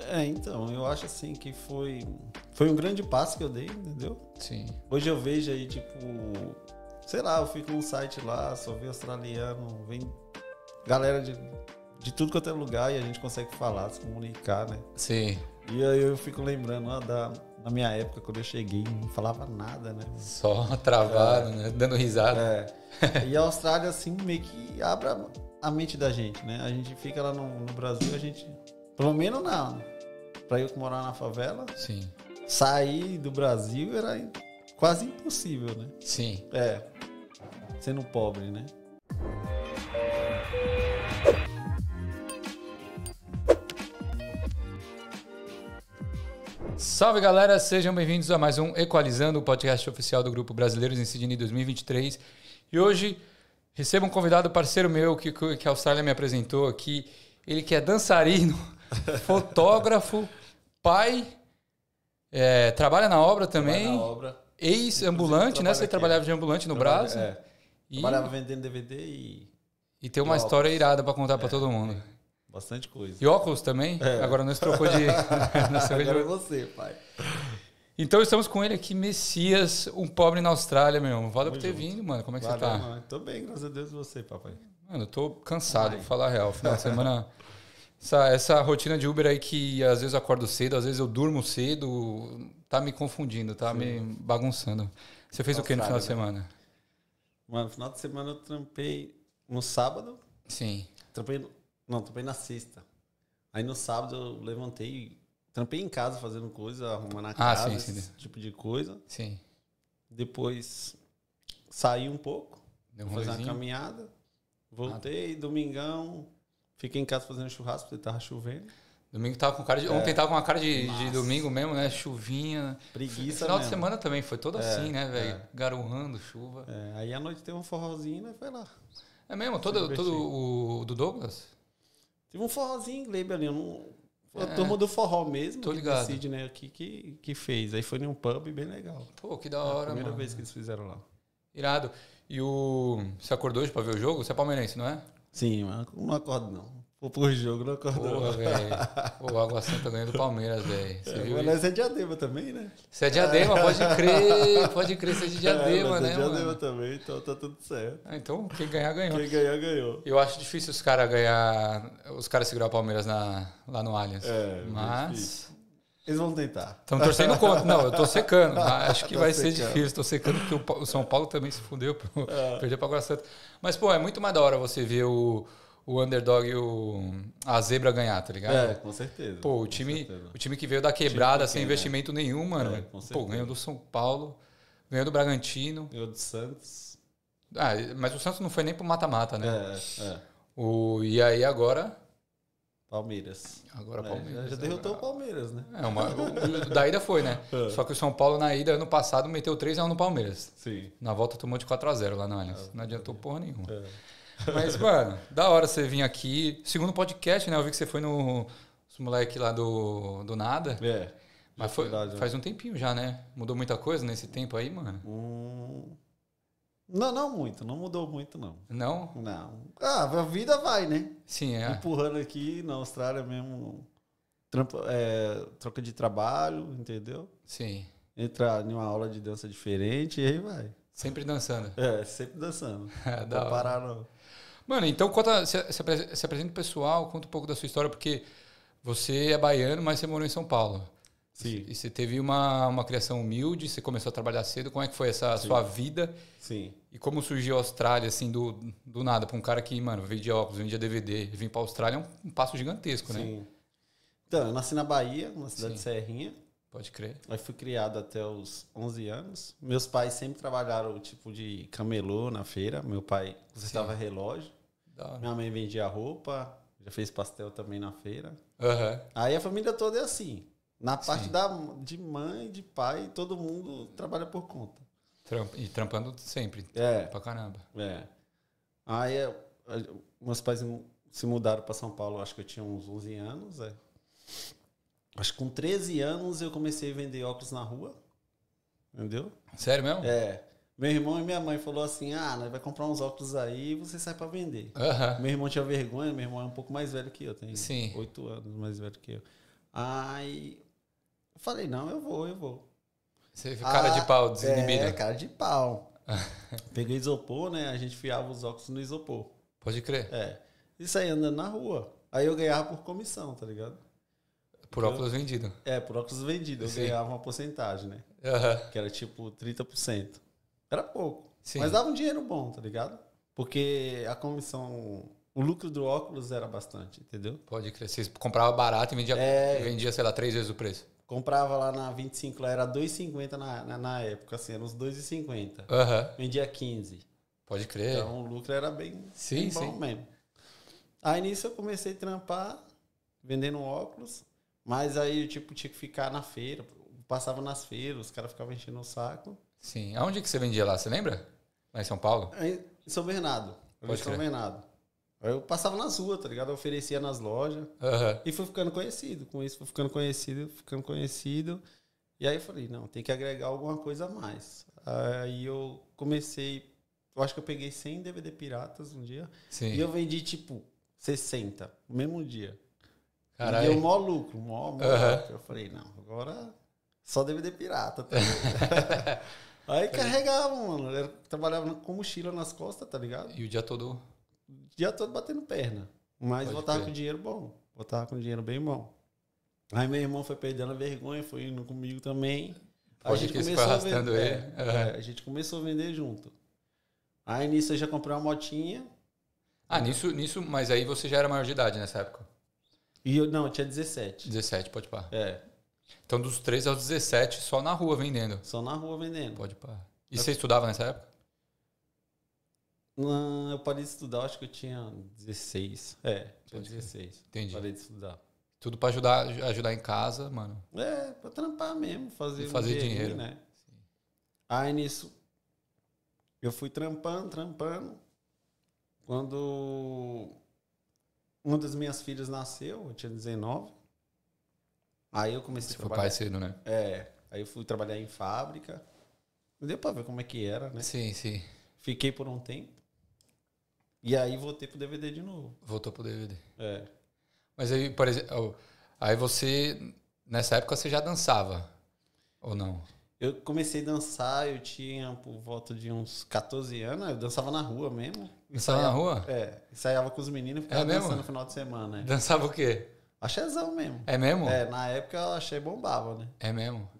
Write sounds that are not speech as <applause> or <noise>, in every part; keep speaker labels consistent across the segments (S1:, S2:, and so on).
S1: É, então, eu acho assim que foi, foi um grande passo que eu dei, entendeu?
S2: Sim.
S1: Hoje eu vejo aí, tipo, sei lá, eu fico num site lá, só vem australiano, vem galera de, de tudo quanto é lugar e a gente consegue falar, se comunicar, né?
S2: Sim.
S1: E aí eu fico lembrando ó, da, na minha época, quando eu cheguei, não falava nada, né?
S2: Só <laughs> travado, né? Dando risada.
S1: É. E a Austrália, assim, meio que abre a- a mente da gente, né? A gente fica lá no, no Brasil, a gente. Pelo menos na. Pra eu que morar na favela,
S2: Sim.
S1: sair do Brasil era in- quase impossível, né?
S2: Sim.
S1: É. Sendo pobre, né?
S2: Salve galera, sejam bem-vindos a mais um Equalizando, o podcast oficial do Grupo Brasileiros em Sydney 2023. E hoje recebo um convidado parceiro meu que, que a Austrália me apresentou aqui. Ele que
S1: <laughs>
S2: é dançarino, fotógrafo, pai, é, trabalha na obra
S1: Vai
S2: também,
S1: Na obra.
S2: ex-ambulante, né?
S1: trabalha
S2: Você
S1: aqui.
S2: trabalhava de ambulante no
S1: Trabalha-
S2: Brasil.
S1: É.
S2: E,
S1: Trabalhava vendendo DVD e
S2: e tem uma
S1: óculos.
S2: história irada pra contar pra todo mundo.
S1: bastante coisa.
S2: <laughs> E óculos também? Agora nós trocou
S1: <laughs>
S2: de. nós trocou de-
S1: É. Agora é você, pai.
S2: Então estamos com ele aqui, Messias, um pobre na Austrália, meu irmão. Valeu por ter vindo, mano. Como é que
S1: Valeu,
S2: você tá? Mano.
S1: mano. Tô bem, graças a Deus, e você, papai.
S2: eu tô cansado, vou falar a real. Final de semana. Essa, essa rotina de Uber aí que às vezes eu acordo cedo, às vezes eu durmo cedo, tá me confundindo, tá me bagunçando. Você fez o que no final de semana?
S1: Mano, final de semana eu trampei no sábado,
S2: Sim.
S1: trampei no- não, trampei na sexta. Aí no sábado eu levantei, trampei em casa fazendo coisa, arrumando a casa,
S2: Ah, sim, sim.
S1: esse tipo de coisa.
S2: Sim.
S1: Depois saí um pouco,
S2: Deu um
S1: fazer uma
S2: rolezinho.
S1: caminhada, voltei, domingão, fiquei em casa fazendo churrasco porque tava chovendo.
S2: Domingo tava com cara de.
S1: É.
S2: Ontem tava com uma cara de, de domingo mesmo, né? Chuvinha.
S1: Preguiça
S2: Final de
S1: mesmo.
S2: semana também, foi todo assim, né, velho? Garoando, chuva.
S1: É, aí à noite teve um forrozinho, né? Foi lá.
S2: É mesmo? Todo,
S1: divertir.
S2: todo o do Douglas?
S1: Teve um forrozinho, Gleiber, ali. Eu não... Foi a turma do forró mesmo,
S2: É. Tô
S1: que
S2: ligado.
S1: decide, né, aqui, que, que fez. Aí foi num pub bem legal.
S2: Pô, que da hora,
S1: É, Primeira
S2: mano.
S1: vez que eles fizeram lá.
S2: Irado. E o. Você acordou hoje pra ver o jogo? Você é palmeirense, não é?
S1: Sim, mas não acordo não. Pô, por jogo, não acordo
S2: Porra,
S1: não.
S2: velho. O Água Santa ganhou do Palmeiras, velho. Você viu
S1: Mas
S2: isso?
S1: nós é diadema também, né?
S2: Você é diadema, pode crer. Pode crer, você é de diadema,
S1: é, nós
S2: né,
S1: é diadema
S2: mano?
S1: também, então tá tudo certo.
S2: Ah, então, quem ganhar, ganhou.
S1: Quem ganhou, ganhou.
S2: Eu acho difícil os caras ganhar. Os caras segurar o Palmeiras na- lá no Allianz.
S1: É, bem
S2: Mas.
S1: difícil. Eles vão tentar.
S2: Estão torcendo contra. Não, eu
S1: <laughs>
S2: tô secando. mas Acho que
S1: Tá
S2: vai ser
S1: secando. É.
S2: difícil. Tô secando porque o Pa- o São Paulo também se fudeu. Pô, Perdeu pra Água Santa. Mas, pô, é muito mais da hora você ver o, o underdog e o, a zebra ganhar, tá ligado?
S1: É, com certeza.
S2: Pô, o
S1: Com
S2: time,
S1: certeza.
S2: o time que veio da quebrada, sem
S1: pequeno,
S2: investimento nenhum, mano.
S1: É, com
S2: pô,
S1: certeza.
S2: ganhou do São Paulo, ganhou do Bragantino.
S1: Ganhou do Santos.
S2: Ah, mas o Santos não foi nem pro mata-mata,
S1: É,
S2: né?
S1: é.
S2: O, e aí agora.
S1: Palmeiras.
S2: Agora
S1: É,
S2: Palmeiras. né?
S1: já derrotou o Palmeiras, né?
S2: É, uma, o- o da ida foi, né?
S1: É.
S2: Só que o São Paulo na ida, ano passado, meteu 3x1 no Palmeiras.
S1: Sim.
S2: Na volta tomou de 4x0 lá na Allianz. Não adiantou porra nenhuma.
S1: É.
S2: Mas, mano, da hora você vir aqui. Segundo podcast, né? Eu vi que você foi no. Os moleques lá do, do nada.
S1: É.
S2: Mas
S1: Já
S2: foi,
S1: fui lá, já.
S2: faz um tempinho já, né? Mudou muita coisa nesse tempo aí, mano?
S1: Hum. Não, não muito, não mudou muito, não.
S2: Não?
S1: Não. Ah, a vida vai, né?
S2: Sim, é.
S1: Empurrando aqui na Austrália mesmo. trampo- é, troca de trabalho, entendeu?
S2: Sim.
S1: Entrar em uma aula de dança diferente e aí vai.
S2: Sempre dançando.
S1: É, sempre dançando.
S2: <laughs> É,
S1: Não
S2: da hora.
S1: parar, não.
S2: Mano, então conta, se, se apre- se apresenta pro pessoal, conta um pouco da sua história, porque você é baiano, mas você morou em São Paulo.
S1: Sim,
S2: E você teve uma, uma criação humilde, você começou a trabalhar cedo. Como é que foi essa sua vida?
S1: sim.
S2: E como surgiu a Austrália, assim, do, do nada? Pra um cara que, mano, vendia óculos, vendia DVD, vir pra Austrália é um, um passo gigantesco, né?
S1: sim. Então, eu nasci na Bahia, numa cidade de Serrinha.
S2: Pode crer.
S1: Aí fui criado até os 11 anos. Meus pais sempre trabalharam tipo de camelô na feira. Meu pai consertava relógio.
S2: Da hora.
S1: Minha mãe vendia roupa, já fez pastel também na feira.
S2: Aham.
S1: Aí a família toda é assim. Na parte
S2: Sim.
S1: da, de mãe, de pai, todo mundo trabalha por conta.
S2: Tramp- e trampando sempre.
S1: É,
S2: Pra caramba.
S1: é. Aí é, a- meus pais mu- se mudaram para São Paulo, acho que eu tinha uns 11 anos. É. Acho que com 13 anos eu comecei a vender óculos na rua. Entendeu?
S2: Sério mesmo?
S1: É. Meu irmão e minha mãe falou assim: ah, nós vai comprar uns óculos aí e você sai para vender.
S2: Aham.
S1: Meu irmão tinha vergonha, meu irmão é um pouco mais velho que eu, tem
S2: Sim.
S1: oito anos mais velho que eu. Aí eu falei, não, eu vou, eu vou.
S2: Você fica cara
S1: Ah,
S2: de pau, desinibido.
S1: É, cara de pau. Peguei isopor, né? A gente fiava os óculos no isopor.
S2: Pode crer.
S1: É. Isso aí andando na rua. Aí eu ganhava por comissão, tá ligado?
S2: Por óculos vendido.
S1: É, por óculos vendidos. Eu
S2: Sim.
S1: ganhava uma porcentagem, né?
S2: Aham.
S1: Que era tipo 30%. Era pouco.
S2: Sim.
S1: Mas dava um dinheiro bom, tá ligado? Porque a comissão. O lucro do óculos era bastante, entendeu?
S2: Pode crer. Você comprava barato e vendia,
S1: É.
S2: vendia, sei lá, três vezes o preço.
S1: Comprava lá na 25, lá era 2,50 na, na, na época, assim, era uns 2,50.
S2: Aham.
S1: Vendia 15.
S2: Pode crer.
S1: Então o lucro era bem,
S2: Sim,
S1: bem É bom
S2: sim.
S1: mesmo. Aí nisso eu comecei a trampar, vendendo óculos, mas aí eu tipo, tinha que ficar na feira, passava nas feiras, os caras ficavam enchendo o saco.
S2: Sim. Aonde que você vendia lá? Você lembra? Lá em São Paulo?
S1: Aí, em São Bernardo, eu
S2: Pode
S1: em São
S2: crer.
S1: Bernardo. Aí eu passava nas ruas, tá ligado? Eu oferecia nas lojas.
S2: Aham.
S1: E fui ficando conhecido, com isso fui ficando conhecido, ficando conhecido. E aí eu falei, não, tem que agregar alguma coisa a mais. Aí eu comecei, eu acho que eu peguei 100 DVD piratas um dia.
S2: Sim.
S1: E eu vendi, tipo, 60, no mesmo dia. E deu
S2: Caralho.
S1: mó lucro, mó, mó
S2: Aham.
S1: lucro. Eu falei, não, agora só DVD pirata. Tá
S2: <laughs>
S1: ligado? Aí carregava, mano. Eu trabalhava com mochila nas costas, tá ligado?
S2: E o dia todo.
S1: o dia todo batendo perna. Mas
S2: Pode
S1: voltava
S2: crer.
S1: com dinheiro bom. Voltava com dinheiro bem bom. Aí meu irmão foi perdendo a vergonha, foi indo comigo também.
S2: Pode que isso foi arrastando
S1: vender.
S2: ele.
S1: é,
S2: Aham.
S1: a gente começou a vender junto. Aí nisso eu já comprei uma motinha. É.
S2: Ah, nisso, nisso, mas aí você já era maior de idade nessa época.
S1: E eu, não, eu tinha 17.
S2: 17, pode pá.
S1: É,
S2: Então, dos 13 aos 17, só na rua vendendo.
S1: só na rua vendendo.
S2: Pode pá. E você estudava nessa época?
S1: Não, Ah, eu parei de estudar, acho que eu tinha 16. É, tinha 16.
S2: Entendi.
S1: Parei de estudar.
S2: Tudo pra ajudar, ajudar em casa, mano.
S1: É, pra trampar mesmo, fazer,
S2: E fazer
S1: dinheirinho,
S2: dinheiro.
S1: né? Aí nisso, eu fui trampando, trampando. Quando uma das minhas filhas nasceu, eu tinha 19. Aí eu comecei
S2: Você
S1: a
S2: foi
S1: trabalhar.
S2: pai cedo, né?
S1: É, aí eu fui trabalhar em fábrica. Não deu pra ver como é que era, né?
S2: Sim, sim.
S1: Fiquei por um tempo. E aí voltei pro DVD de novo.
S2: Voltou pro DVD.
S1: É.
S2: Mas aí, por exemplo, aí você, nessa época você já dançava, ou não?
S1: Eu comecei a dançar, eu tinha por volta de uns 14 anos, eu dançava na rua mesmo.
S2: Dançava na rua?
S1: É, ensaiava com os meninos e ficava
S2: É mesmo?
S1: dançando no final de semana. Né?
S2: Dançava o quê?
S1: Axézão mesmo.
S2: É mesmo?
S1: É, na época eu achei bombava, né?
S2: É mesmo.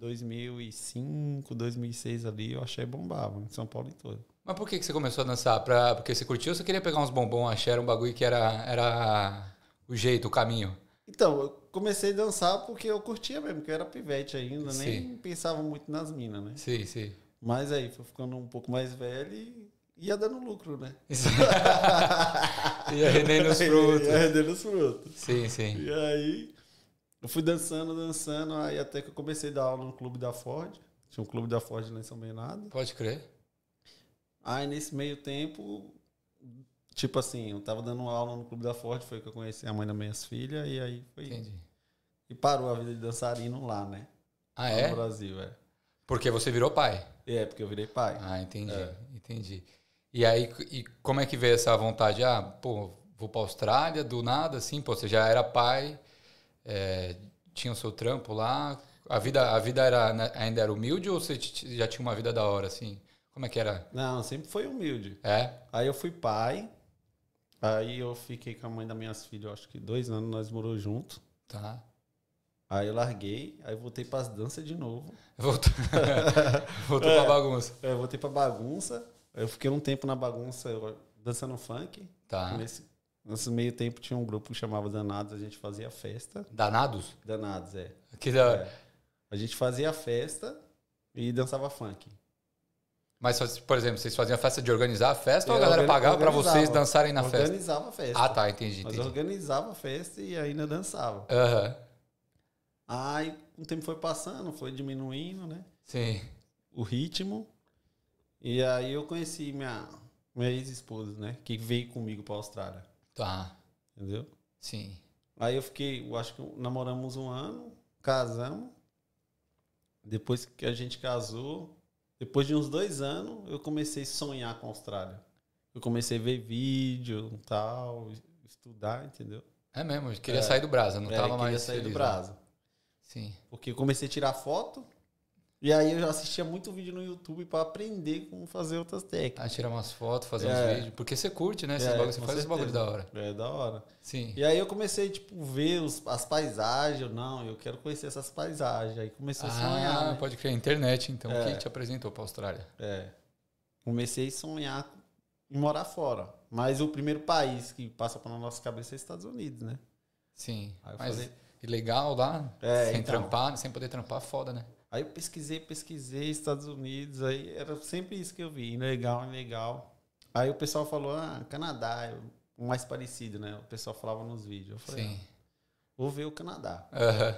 S1: 2005, 2006 ali, eu achei bombava, em São Paulo e todo.
S2: Mas por que, que você começou a dançar? Pra, porque você curtiu ou você queria pegar uns bombons, achar era um bagulho que era, era o jeito, o caminho?
S1: Então, eu comecei a dançar porque eu curtia mesmo, porque eu era pivete ainda,
S2: Sim.
S1: nem pensava muito nas minas, né?
S2: Sim, sim.
S1: Mas aí, fui ficando um pouco mais velho e ia dando lucro, né?
S2: Isso. e <laughs> rendendo os
S1: <laughs>
S2: frutos.
S1: Ia dando os frutos.
S2: Sim, sim.
S1: E aí, eu fui dançando, dançando, aí até que eu comecei a dar aula no clube da Ford. Tinha um clube da Ford lá em São Bernardo.
S2: Pode crer.
S1: Aí, nesse meio tempo, tipo assim, eu tava dando aula no clube da Ford, foi que eu conheci a mãe das minhas filhas, e aí foi.
S2: Entendi.
S1: E parou a vida de dançarino lá, né?
S2: Ah,
S1: Lá
S2: é?
S1: No Brasil, é.
S2: Porque você virou pai.
S1: E é, porque eu virei pai.
S2: Ah, entendi.
S1: É.
S2: Entendi. E aí, e como é que veio essa vontade? Ah, pô, vou pra Austrália do nada, assim, pô, você já era pai, é, tinha o seu trampo lá. A vida, a vida era, né, ainda era humilde ou você t- já tinha uma vida da hora, assim? Como é que era?
S1: Não, sempre foi humilde.
S2: É?
S1: Aí eu fui pai. Aí eu fiquei com a mãe das minhas filhas, eu acho que dois anos, nós morou junto.
S2: Tá.
S1: Aí eu larguei, aí voltei pras danças de novo. <laughs>
S2: Voltou, <laughs> Voltou
S1: É.
S2: pra bagunça.
S1: Eu voltei pra bagunça. Eu fiquei um tempo na bagunça eu- dançando funk.
S2: Tá.
S1: Nesse, nesse meio tempo tinha um grupo que chamava Danados, a gente fazia festa.
S2: Danados?
S1: Danados, é.
S2: Que da...
S1: É. A gente fazia festa e dançava funk.
S2: Mas, só- por exemplo, vocês faziam festa de organizar a festa ou a
S1: Eu
S2: galera
S1: orga-
S2: pagava pra vocês
S1: organizava.
S2: dançarem na festa?
S1: organizava a festa.
S2: Ah, tá, entendi.
S1: Mas
S2: entendi.
S1: eu organizava a festa e ainda dançava.
S2: Aham,
S1: Aí o tempo foi passando, foi diminuindo, né?
S2: Sim.
S1: O ritmo. E aí eu conheci minha, minha ex-esposa, né? Que veio comigo pra Austrália.
S2: Tá.
S1: Entendeu?
S2: Sim.
S1: Aí eu fiquei, eu acho que namoramos um ano, casamos. Depois que a gente casou, depois de uns dois anos, eu comecei a sonhar com a Austrália. Eu comecei a ver vídeo e tal, estudar, entendeu?
S2: É mesmo, eu queria
S1: É.
S2: sair do Brasa, não
S1: É,
S2: tava
S1: queria
S2: mais
S1: sair do
S2: feliz, né?
S1: Brasa.
S2: Sim.
S1: Porque eu comecei a tirar foto e aí eu já assistia muito vídeo no YouTube pra aprender como fazer outras técnicas.
S2: Ah, tirar umas fotos, fazer
S1: É.
S2: uns vídeos. Porque você curte, né? Esses
S1: É,
S2: bagulho, você
S1: com
S2: faz esse bagulho da
S1: certeza.
S2: hora.
S1: É da hora.
S2: Sim.
S1: E aí eu comecei, tipo, ver os- as paisagens. Eu, Não, eu quero conhecer essas paisagens. Aí comecei a sonhar.
S2: Ah,
S1: né?
S2: pode criar internet, então.
S1: É.
S2: que te apresentou pra Austrália?
S1: É. Comecei a sonhar em morar fora. Mas o primeiro país que passa pela nossa cabeça é Estados Unidos, né?
S2: Sim.
S1: Aí eu
S2: Mas
S1: falei-
S2: ilegal lá?
S1: É,
S2: sem
S1: então.
S2: trampar, sem poder trampar, foda, né?
S1: Aí eu pesquisei, pesquisei Estados Unidos, aí era sempre isso que eu vi, ilegal, ilegal. Aí o pessoal falou, ah, Canadá, é o mais parecido, né? O pessoal falava nos vídeos. Eu falei,
S2: Sim.
S1: "Ah, vou ver o Canadá.
S2: Aham.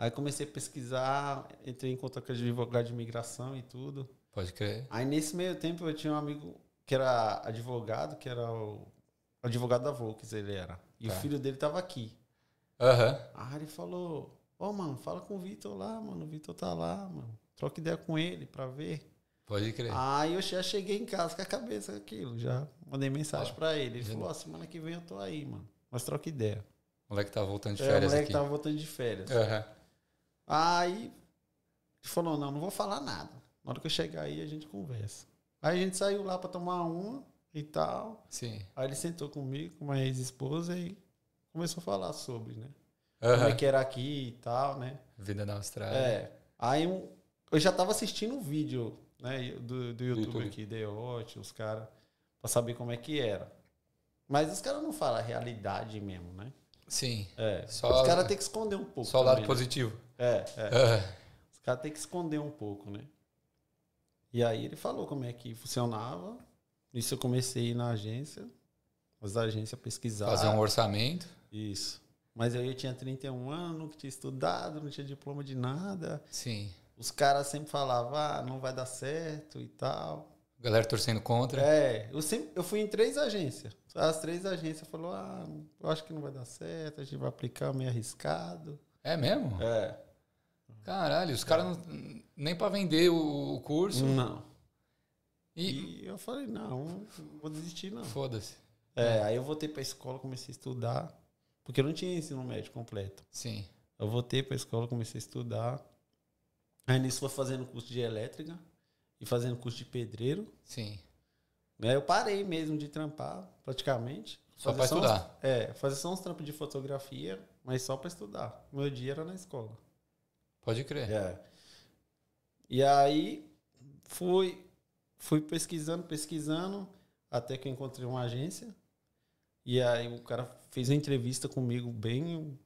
S1: Aí comecei a pesquisar, entrei em contato com advogado de imigração e tudo.
S2: Pode crer.
S1: Aí nesse meio tempo eu tinha um amigo que era advogado, que era o advogado da Volks, ele era. E
S2: Tá.
S1: o filho dele tava aqui.
S2: Aham.
S1: Aí ele falou, ô mano, fala com o Vitor lá, mano, o Vitor tá lá, mano. Troca ideia com ele pra ver.
S2: Pode crer.
S1: Aí eu já cheguei em casa com a cabeça daquilo, já mandei mensagem pra ele. Ele falou, ó, semana que vem eu tô aí, mano. Mas troca ideia.
S2: O moleque tá voltando de
S1: É, o
S2: férias
S1: moleque tá-
S2: aqui. É.
S1: tava voltando de férias.
S2: Aham.
S1: Aí ele falou, não, não vou falar nada. Na hora que eu chegar aí, a gente conversa. Aí a gente saiu lá pra tomar uma e tal.
S2: Sim.
S1: Aí ele sentou comigo, com uma ex-esposa, e começou a falar sobre, né? Como
S2: Aham.
S1: é que era aqui e tal, né?
S2: Vida na Austrália.
S1: É. Aí um- eu já tava assistindo um vídeo, né, do, do YouTube,
S2: YouTube.
S1: aqui, The Hot, os caras, pra saber como é que era. Mas os caras não falam a realidade mesmo, né?
S2: Sim.
S1: É.
S2: Só-
S1: os caras têm que esconder um pouco.
S2: Só o lado
S1: também, né?
S2: positivo.
S1: É, é.
S2: Aham.
S1: Os caras têm que esconder um pouco, né? E aí ele falou como é que funcionava. Isso eu comecei a ir na agência, as agências pesquisavam.
S2: Fazer um orçamento.
S1: Isso. Mas aí eu tinha 31 anos, nunca tinha estudado, não tinha diploma de nada.
S2: Sim.
S1: Os caras sempre falavam, ah, não vai dar certo e tal.
S2: Galera torcendo contra.
S1: É, eu sempre eu fui em três agências. As três agências falou, ah, eu acho que não vai dar certo, a gente vai aplicar meio arriscado.
S2: É, mesmo?
S1: É.
S2: Caralho, os caras não- nem pra vender o o curso.
S1: Não.
S2: E.
S1: E eu falei, não, não vou desistir não.
S2: Foda-se.
S1: É, aí eu voltei pra escola, comecei a estudar, porque eu não tinha ensino médio completo.
S2: Sim.
S1: Eu voltei pra escola, comecei a estudar. Aí nisso foi fazendo curso de elétrica e fazendo curso de pedreiro.
S2: Sim.
S1: Né? Eu parei mesmo de trampar, praticamente.
S2: Só pra
S1: Fazer uns-
S2: estudar.
S1: é, fazer só uns trampos de fotografia, mas só pra estudar. Meu dia era na escola.
S2: Pode crer.
S1: É. E aí fui, fui pesquisando, pesquisando, até que eu encontrei uma agência. E aí o cara fez uma entrevista comigo bem.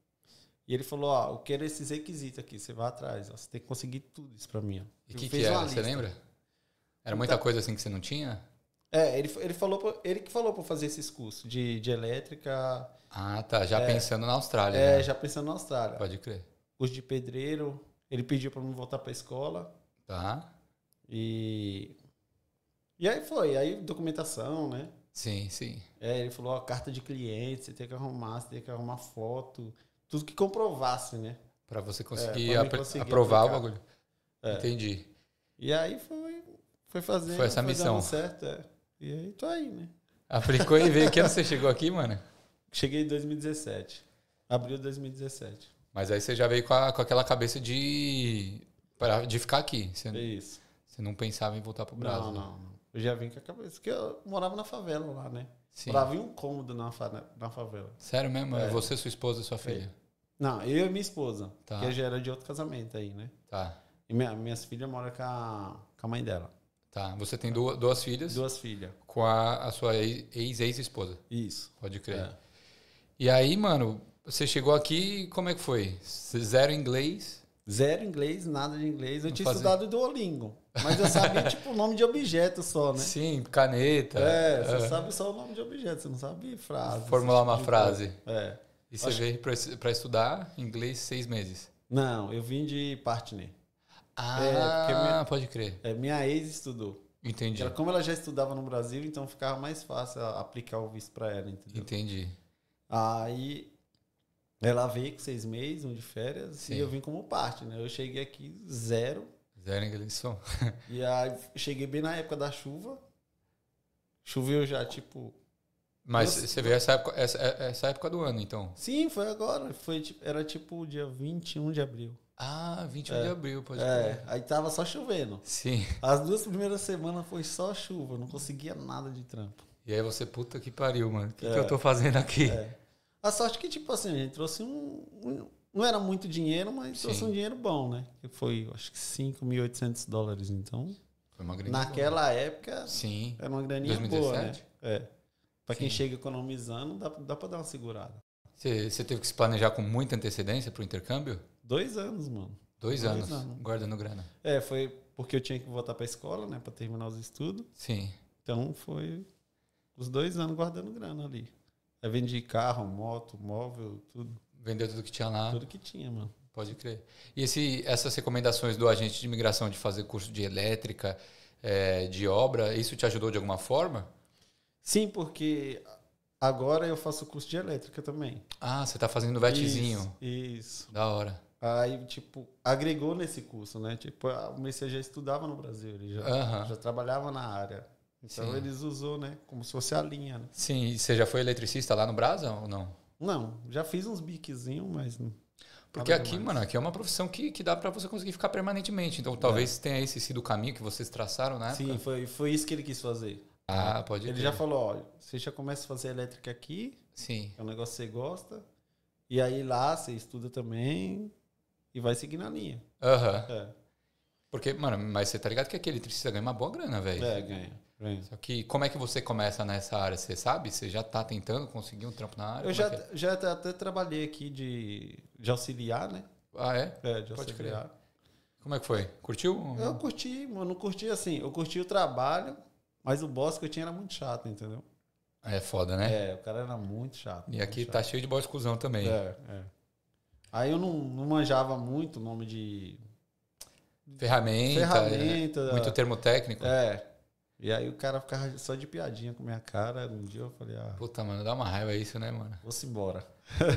S1: E ele falou, ó, eu quero esses requisitos aqui, você vai atrás, ó, você tem que conseguir tudo isso pra mim. ó."
S2: E o
S1: Ele
S2: que, que
S1: fez
S2: era?
S1: uma
S2: Você
S1: lista.
S2: lembra? Era muita
S1: Então-
S2: coisa assim que você não tinha?
S1: É, ele, ele falou, pra- ele que falou pra eu fazer esses cursos de, de elétrica,
S2: Ah, tá. Já pensando na Austrália.
S1: é,
S2: né?
S1: já pensando na Austrália.
S2: Pode crer.
S1: Curso de pedreiro, ele pediu pra eu não voltar pra escola.
S2: Tá.
S1: E. E aí foi, aí documentação, né?
S2: Sim, sim.
S1: É, ele falou, ó, carta de cliente, você tem que arrumar, você tem que arrumar foto, tudo que comprovasse, né?
S2: Pra você
S1: É,
S2: conseguir,
S1: pra mim
S2: apro-
S1: conseguir
S2: aprovar
S1: aplicar. É.
S2: o bagulho. Entendi.
S1: E aí foi, foi fazendo,
S2: Foi essa a missão.
S1: dando certo, é. E aí tô aí, né?
S2: Aplicou e veio. Que ano você chegou aqui, mano?
S1: Cheguei em 2017, abril de 2017,
S2: Mas aí você já veio com, a- com aquela cabeça de. pra- de ficar aqui. Você,
S1: é isso.
S2: você não pensava em voltar pro Brasil.
S1: Não,
S2: né?
S1: não, não. Eu já vim com a cabeça, porque eu morava na favela lá, né?
S2: Sim.
S1: Morava em um cômodo na, fa- na favela.
S2: Sério mesmo? É
S1: É.
S2: você, sua esposa e sua filha.
S1: Não, eu e minha esposa,
S2: Tá.
S1: que já era de outro casamento aí, né?
S2: Tá.
S1: E minha, minhas filhas moram com a, com a mãe dela,
S2: Tá. Você tem duas, duas filhas
S1: duas filhas,
S2: com a, a sua ex- ex-ex-esposa.
S1: isso.
S2: Pode crer.
S1: É.
S2: E aí, mano, você chegou aqui como é que foi? Você Zero inglês?
S1: Zero inglês, nada de inglês. Eu
S2: Não
S1: tinha
S2: fazia.
S1: estudado Duolingo, mas eu sabia tipo o nome de objeto só, né?
S2: Sim, caneta.
S1: É, você sabe só o nome de objeto, você não sabe frase.
S2: Formular uma
S1: esse tipo de coisa.
S2: frase.
S1: É.
S2: E você veio pra, es- pra estudar inglês seis meses.
S1: Não, eu vim de partner.
S2: Ah,
S1: porque minha-
S2: pode crer.
S1: É, minha ex estudou.
S2: Entendi.
S1: Ela, como ela já estudava no Brasil, então ficava mais fácil a- aplicar o visto pra ela, entendeu?
S2: Entendi.
S1: Aí ela veio com seis meses, um de férias,
S2: Sim.
S1: e eu vim como parte, né? Eu cheguei aqui zero.
S2: Zero inglês só.
S1: E aí cheguei bem na época da chuva. Choveu já, tipo,
S2: Mas
S1: Eu-
S2: você veio essa época, essa, essa época do ano, então.
S1: tipo Sim, foi agora. Foi, ti- era tipo dia 21 de abril.
S2: Ah, 21 de abril, pode
S1: É,
S2: crer.
S1: aí tava só chovendo.
S2: Sim.
S1: As duas primeiras semanas foi só chuva, não conseguia nada de trampo.
S2: E aí você, puta que pariu, mano. O que, que eu tô fazendo aqui?
S1: É. A sorte que, tipo assim, a gente trouxe um. um- não era muito dinheiro, mas trouxe
S2: Sim.
S1: um dinheiro bom, né? Que foi, eu acho que 5.800 dólares. Então,
S2: Foi uma grande
S1: naquela época,
S2: boa. Sim.
S1: era uma graninha boa, né? É. Pra quem
S2: Sim.
S1: chega economizando, dá, dá pra dar uma segurada.
S2: Você você teve que se planejar com muita antecedência pro intercâmbio?
S1: Dois anos, mano.
S2: Dois,
S1: Dois
S2: anos,
S1: anos.
S2: guardando grana.
S1: É, foi porque eu tinha que voltar pra escola, né? Pra terminar os estudos.
S2: Sim.
S1: Então, foi os dois anos guardando grana ali. Aí vendi carro, moto, móvel, tudo.
S2: Vendeu tudo que tinha lá,
S1: Tudo que tinha, mano.
S2: pode crer. E esse, essas recomendações do agente de imigração de fazer curso de elétrica, eh, de obra, isso te ajudou de alguma forma?
S1: Sim, porque agora eu faço curso de elétrica também.
S2: Ah, você tá fazendo vetzinho.
S1: Isso. isso.
S2: Da hora.
S1: Aí, tipo, agregou nesse curso, né? Tipo, ah, o Messias já estudava no Brasil, ele já,
S2: Aham.
S1: já trabalhava na área. Então
S2: Ah. Sim.
S1: eles usou, né? Como se fosse a linha, né?
S2: Sim, e você já foi eletricista lá no Brasa ou não?
S1: Não, já fiz uns biquezinhos, mas. não-
S2: Porque
S1: nada
S2: aqui,
S1: demais.
S2: mano, aqui é uma profissão que, que dá pra você conseguir ficar permanentemente. Então talvez tenha esse sido o caminho que vocês traçaram na época.
S1: É. Sim, foi, foi isso que ele quis fazer.
S2: Ah, pode
S1: Ele
S2: crer.
S1: já falou: olha, você já começa a fazer elétrica aqui,
S2: Sim.
S1: é um negócio que você gosta. E aí lá você estuda também e vai seguir na linha.
S2: Aham.
S1: É,
S2: Porque, mano, mas você tá ligado que aqui eletricista ganha uma boa grana, velho.
S1: é ganha. ganha.
S2: Só que como é que você começa nessa área? Você sabe? Você já tá tentando conseguir um trampo na área?
S1: Eu
S2: Como
S1: já,
S2: é que é?
S1: já até- até trabalhei aqui de, de auxiliar, né?
S2: Ah, é?
S1: É, de
S2: Pode Uhum.
S1: auxiliar.
S2: Como é que foi? Curtiu?
S1: Eu curti, mano, não curti assim. Eu curti o trabalho, mas o boss que eu tinha era muito chato, entendeu?
S2: É foda, né?
S1: É, o cara era muito chato.
S2: E
S1: muito
S2: aqui
S1: chato.
S2: tá cheio de boa exclusão também.
S1: É, é. Aí eu não, não manjava muito o nome de
S2: Ferramenta.
S1: ferramenta.
S2: é, tá né? Muito termo técnico.
S1: É. E aí o cara ficava só de piadinha com a minha cara. Um dia eu falei, ah,
S2: Puta, mano, dá uma raiva isso, né,
S1: <laughs>
S2: mano?
S1: vou-se embora.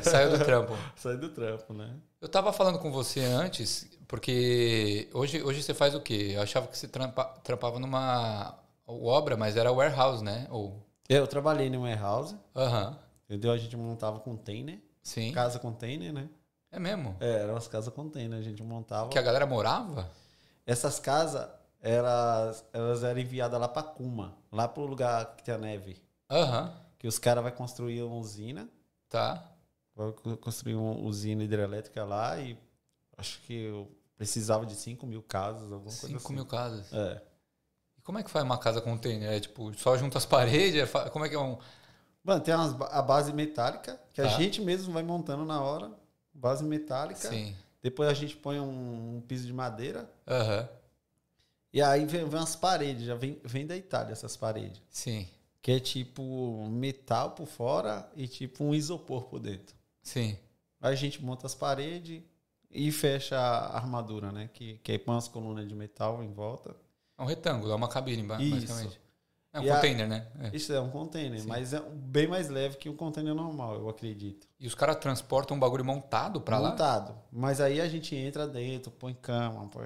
S2: Saiu do trampo.
S1: Saí do trampo, né?
S2: Eu tava falando com você antes, porque hoje, hoje você faz o quê? Eu achava que você trampa, trampava numa obra, mas era warehouse, né? Ou.
S1: É, Eu trabalhei no warehouse,
S2: Aham.
S1: entendeu? A gente montava container,
S2: Sim.
S1: casa container, né?
S2: É mesmo?
S1: É, eram as casas container, a gente montava.
S2: Que a galera morava?
S1: Essas casas, elas, elas eram enviadas lá pra Cuma, lá pro lugar que tem a neve.
S2: Aham.
S1: Que os caras vão construir uma usina,
S2: Tá.
S1: vai co- construir uma usina hidrelétrica lá e acho que eu precisava de 5 mil casas, alguma coisa
S2: 5
S1: assim.
S2: mil casas.
S1: É.
S2: E como é que faz uma casa container? É tipo, só junta as <laughs> paredes? É fa- Como é que é um.
S1: Mano, tem umas ba- a base metálica, que a
S2: Tá.
S1: gente mesmo vai montando na hora. Base metálica.
S2: Sim.
S1: Depois a gente põe um, um piso de madeira.
S2: Aham.
S1: E aí vem, vem umas paredes, já vem, vem da Itália essas paredes.
S2: Sim.
S1: Que é tipo metal por fora e tipo um isopor por dentro.
S2: Sim.
S1: Aí a gente monta as paredes e fecha a armadura, né? Que, que aí põe umas colunas de metal em volta.
S2: É um retângulo, é uma cabine, ba-
S1: Isso.
S2: basicamente. É um
S1: E a-
S2: container, né? É.
S1: Isso é um container,
S2: Sim.
S1: mas é um- bem mais leve que um container normal, eu acredito.
S2: E os caras transportam um bagulho montado pra lá?
S1: Montado. Mas aí a gente entra dentro, põe cama, põe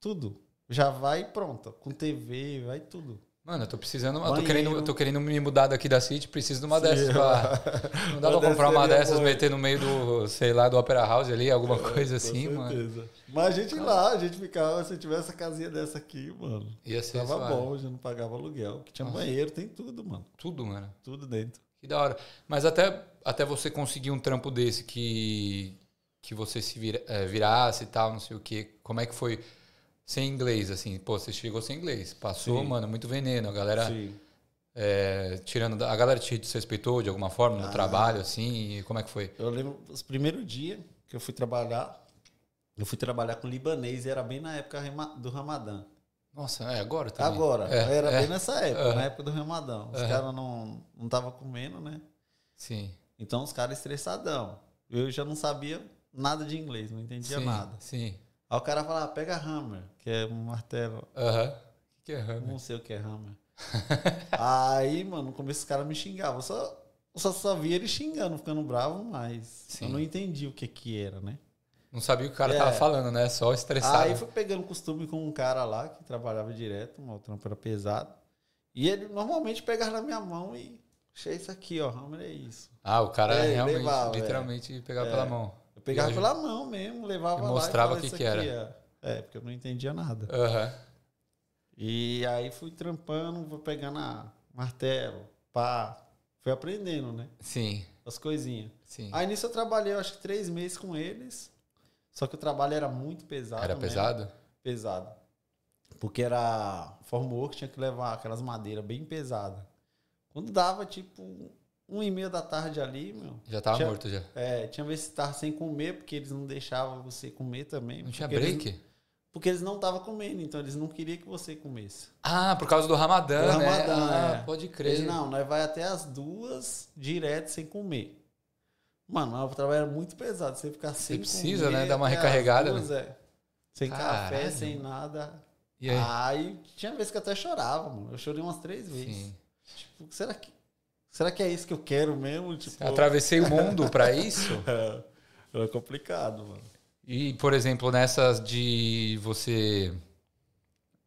S1: tudo. Já vai pronto, com TV, vai tudo.
S2: Mano, eu tô precisando. Eu tô,
S1: Banheiro.
S2: querendo, eu tô querendo me mudar daqui da City, preciso de uma dessas.
S1: Sim. <laughs>
S2: Pra, não dá
S1: Uma
S2: pra
S1: dessas
S2: comprar uma
S1: seria
S2: dessas,
S1: boa. É,
S2: meter no meio do, sei lá, do Opera House ali, alguma coisa assim, mano.
S1: Mas a gente lá, a gente ficava, se tivesse essa casinha dessa aqui, mano,
S2: Ia ser
S1: tava
S2: suave.
S1: bom, já não pagava aluguel. Que tinha
S2: Nossa.
S1: banheiro, tem tudo, mano.
S2: Tudo, mano.
S1: Tudo dentro.
S2: Que da hora. Mas até, até você conseguir um trampo desse que, que você se vira- eh, virasse e tal, não sei o quê. Como é que foi sem inglês, assim? Pô, você chegou sem inglês. Passou,
S1: Sim.
S2: mano, muito veneno. A galera
S1: Sim.
S2: eh, tirando. da- A galera te desrespeitou de alguma forma no
S1: Ah.
S2: trabalho, assim? E como é que foi?
S1: Eu lembro os primeiros dias que eu fui trabalhar, eu fui trabalhar com libanês e era bem na época rema- do Ramadã.
S2: Nossa, é agora também.
S1: Agora,
S2: É,
S1: era
S2: é.
S1: bem nessa época,
S2: Aham.
S1: na época do Ramadã. Os
S2: Aham.
S1: caras não não tava comendo, né?
S2: Sim.
S1: Então os caras estressadão. Eu já não sabia nada de inglês, não entendia
S2: sim,
S1: nada.
S2: Sim.
S1: Aí o cara falava, pega hammer, que é um martelo.
S2: Aham. O que é hammer?
S1: Não sei o que é
S2: <laughs>
S1: hammer. Aí, mano, no começo os caras me xingavam. Eu Só, eu só, só via ele xingando, ficando bravo, mas
S2: Sim.
S1: eu não entendi o que que era, né?
S2: Não sabia o que o cara
S1: É.
S2: tava falando, né? Só estressado.
S1: Aí fui pegando costume com um cara lá que trabalhava direto, o trampo era pesado. E ele normalmente pegava na minha mão e achei isso aqui, ó, hammer é isso.
S2: Ah, o cara
S1: É,
S2: realmente,
S1: levava, é.
S2: literalmente, pegava
S1: É.
S2: pela mão.
S1: Eu Eu pegava pela mão mesmo, levava
S2: E
S1: lá
S2: mostrava
S1: falava,
S2: que
S1: "Isso
S2: que
S1: aqui É. é, porque eu não entendia nada.
S2: Aham.
S1: E aí fui trampando, vou pegando a martelo, pá. Fui aprendendo, né?
S2: Sim,
S1: As coisinhas.
S2: sim.
S1: Aí nisso eu trabalhei, eu acho que três meses com eles. Só que o trabalho era muito pesado.
S2: Era
S1: né?
S2: pesado?
S1: Pesado. Porque era formwork, tinha que levar aquelas madeiras bem pesadas. Quando dava, tipo, uma e meia da tarde ali, meu.
S2: Já tava
S1: Tinha-
S2: morto já.
S1: É, tinha vez que você tava sem comer, porque eles não deixavam você comer também.
S2: Não tinha
S1: porque eles-
S2: break?
S1: porque eles não estavam comendo, então eles não queriam que você comesse.
S2: Ah, por causa do Ramadã,
S1: Do
S2: né?
S1: Ramadã,
S2: ah,
S1: é.
S2: pode
S1: Eles,
S2: crer.
S1: não, nós vai até as duas direto sem comer. Mano, mas o trabalho é muito pesado. Você ficar sem
S2: precisa,
S1: comer
S2: né, dar uma
S1: até as
S2: recarregada, né?
S1: duas, é. Sem café,
S2: Caralho,
S1: sem nada.
S2: E
S1: Ah,
S2: aí?
S1: Aí tinha vezes que eu até chorava, mano. Eu chorei umas três vezes.
S2: Sim.
S1: Tipo, será que, será que é isso que eu quero mesmo? Tipo, <laughs>
S2: Atravessei o mundo pra isso?
S1: era complicado, mano.
S2: E, por exemplo, nessas de você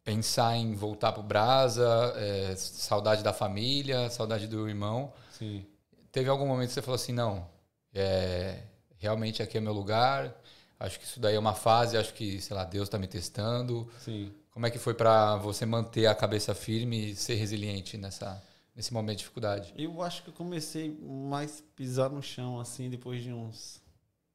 S2: pensar em voltar pro Brasa, é, saudade da família, saudade do irmão,
S1: Sim.
S2: teve algum momento que você falou assim, não, é, realmente aqui é meu lugar, acho que isso daí é uma fase, acho que, sei lá, Deus tá me testando.
S1: Sim.
S2: Como é que foi pra você manter a cabeça firme e ser resiliente nessa, nesse momento de dificuldade?
S1: Eu acho que eu comecei mais pisar no chão, assim, depois de uns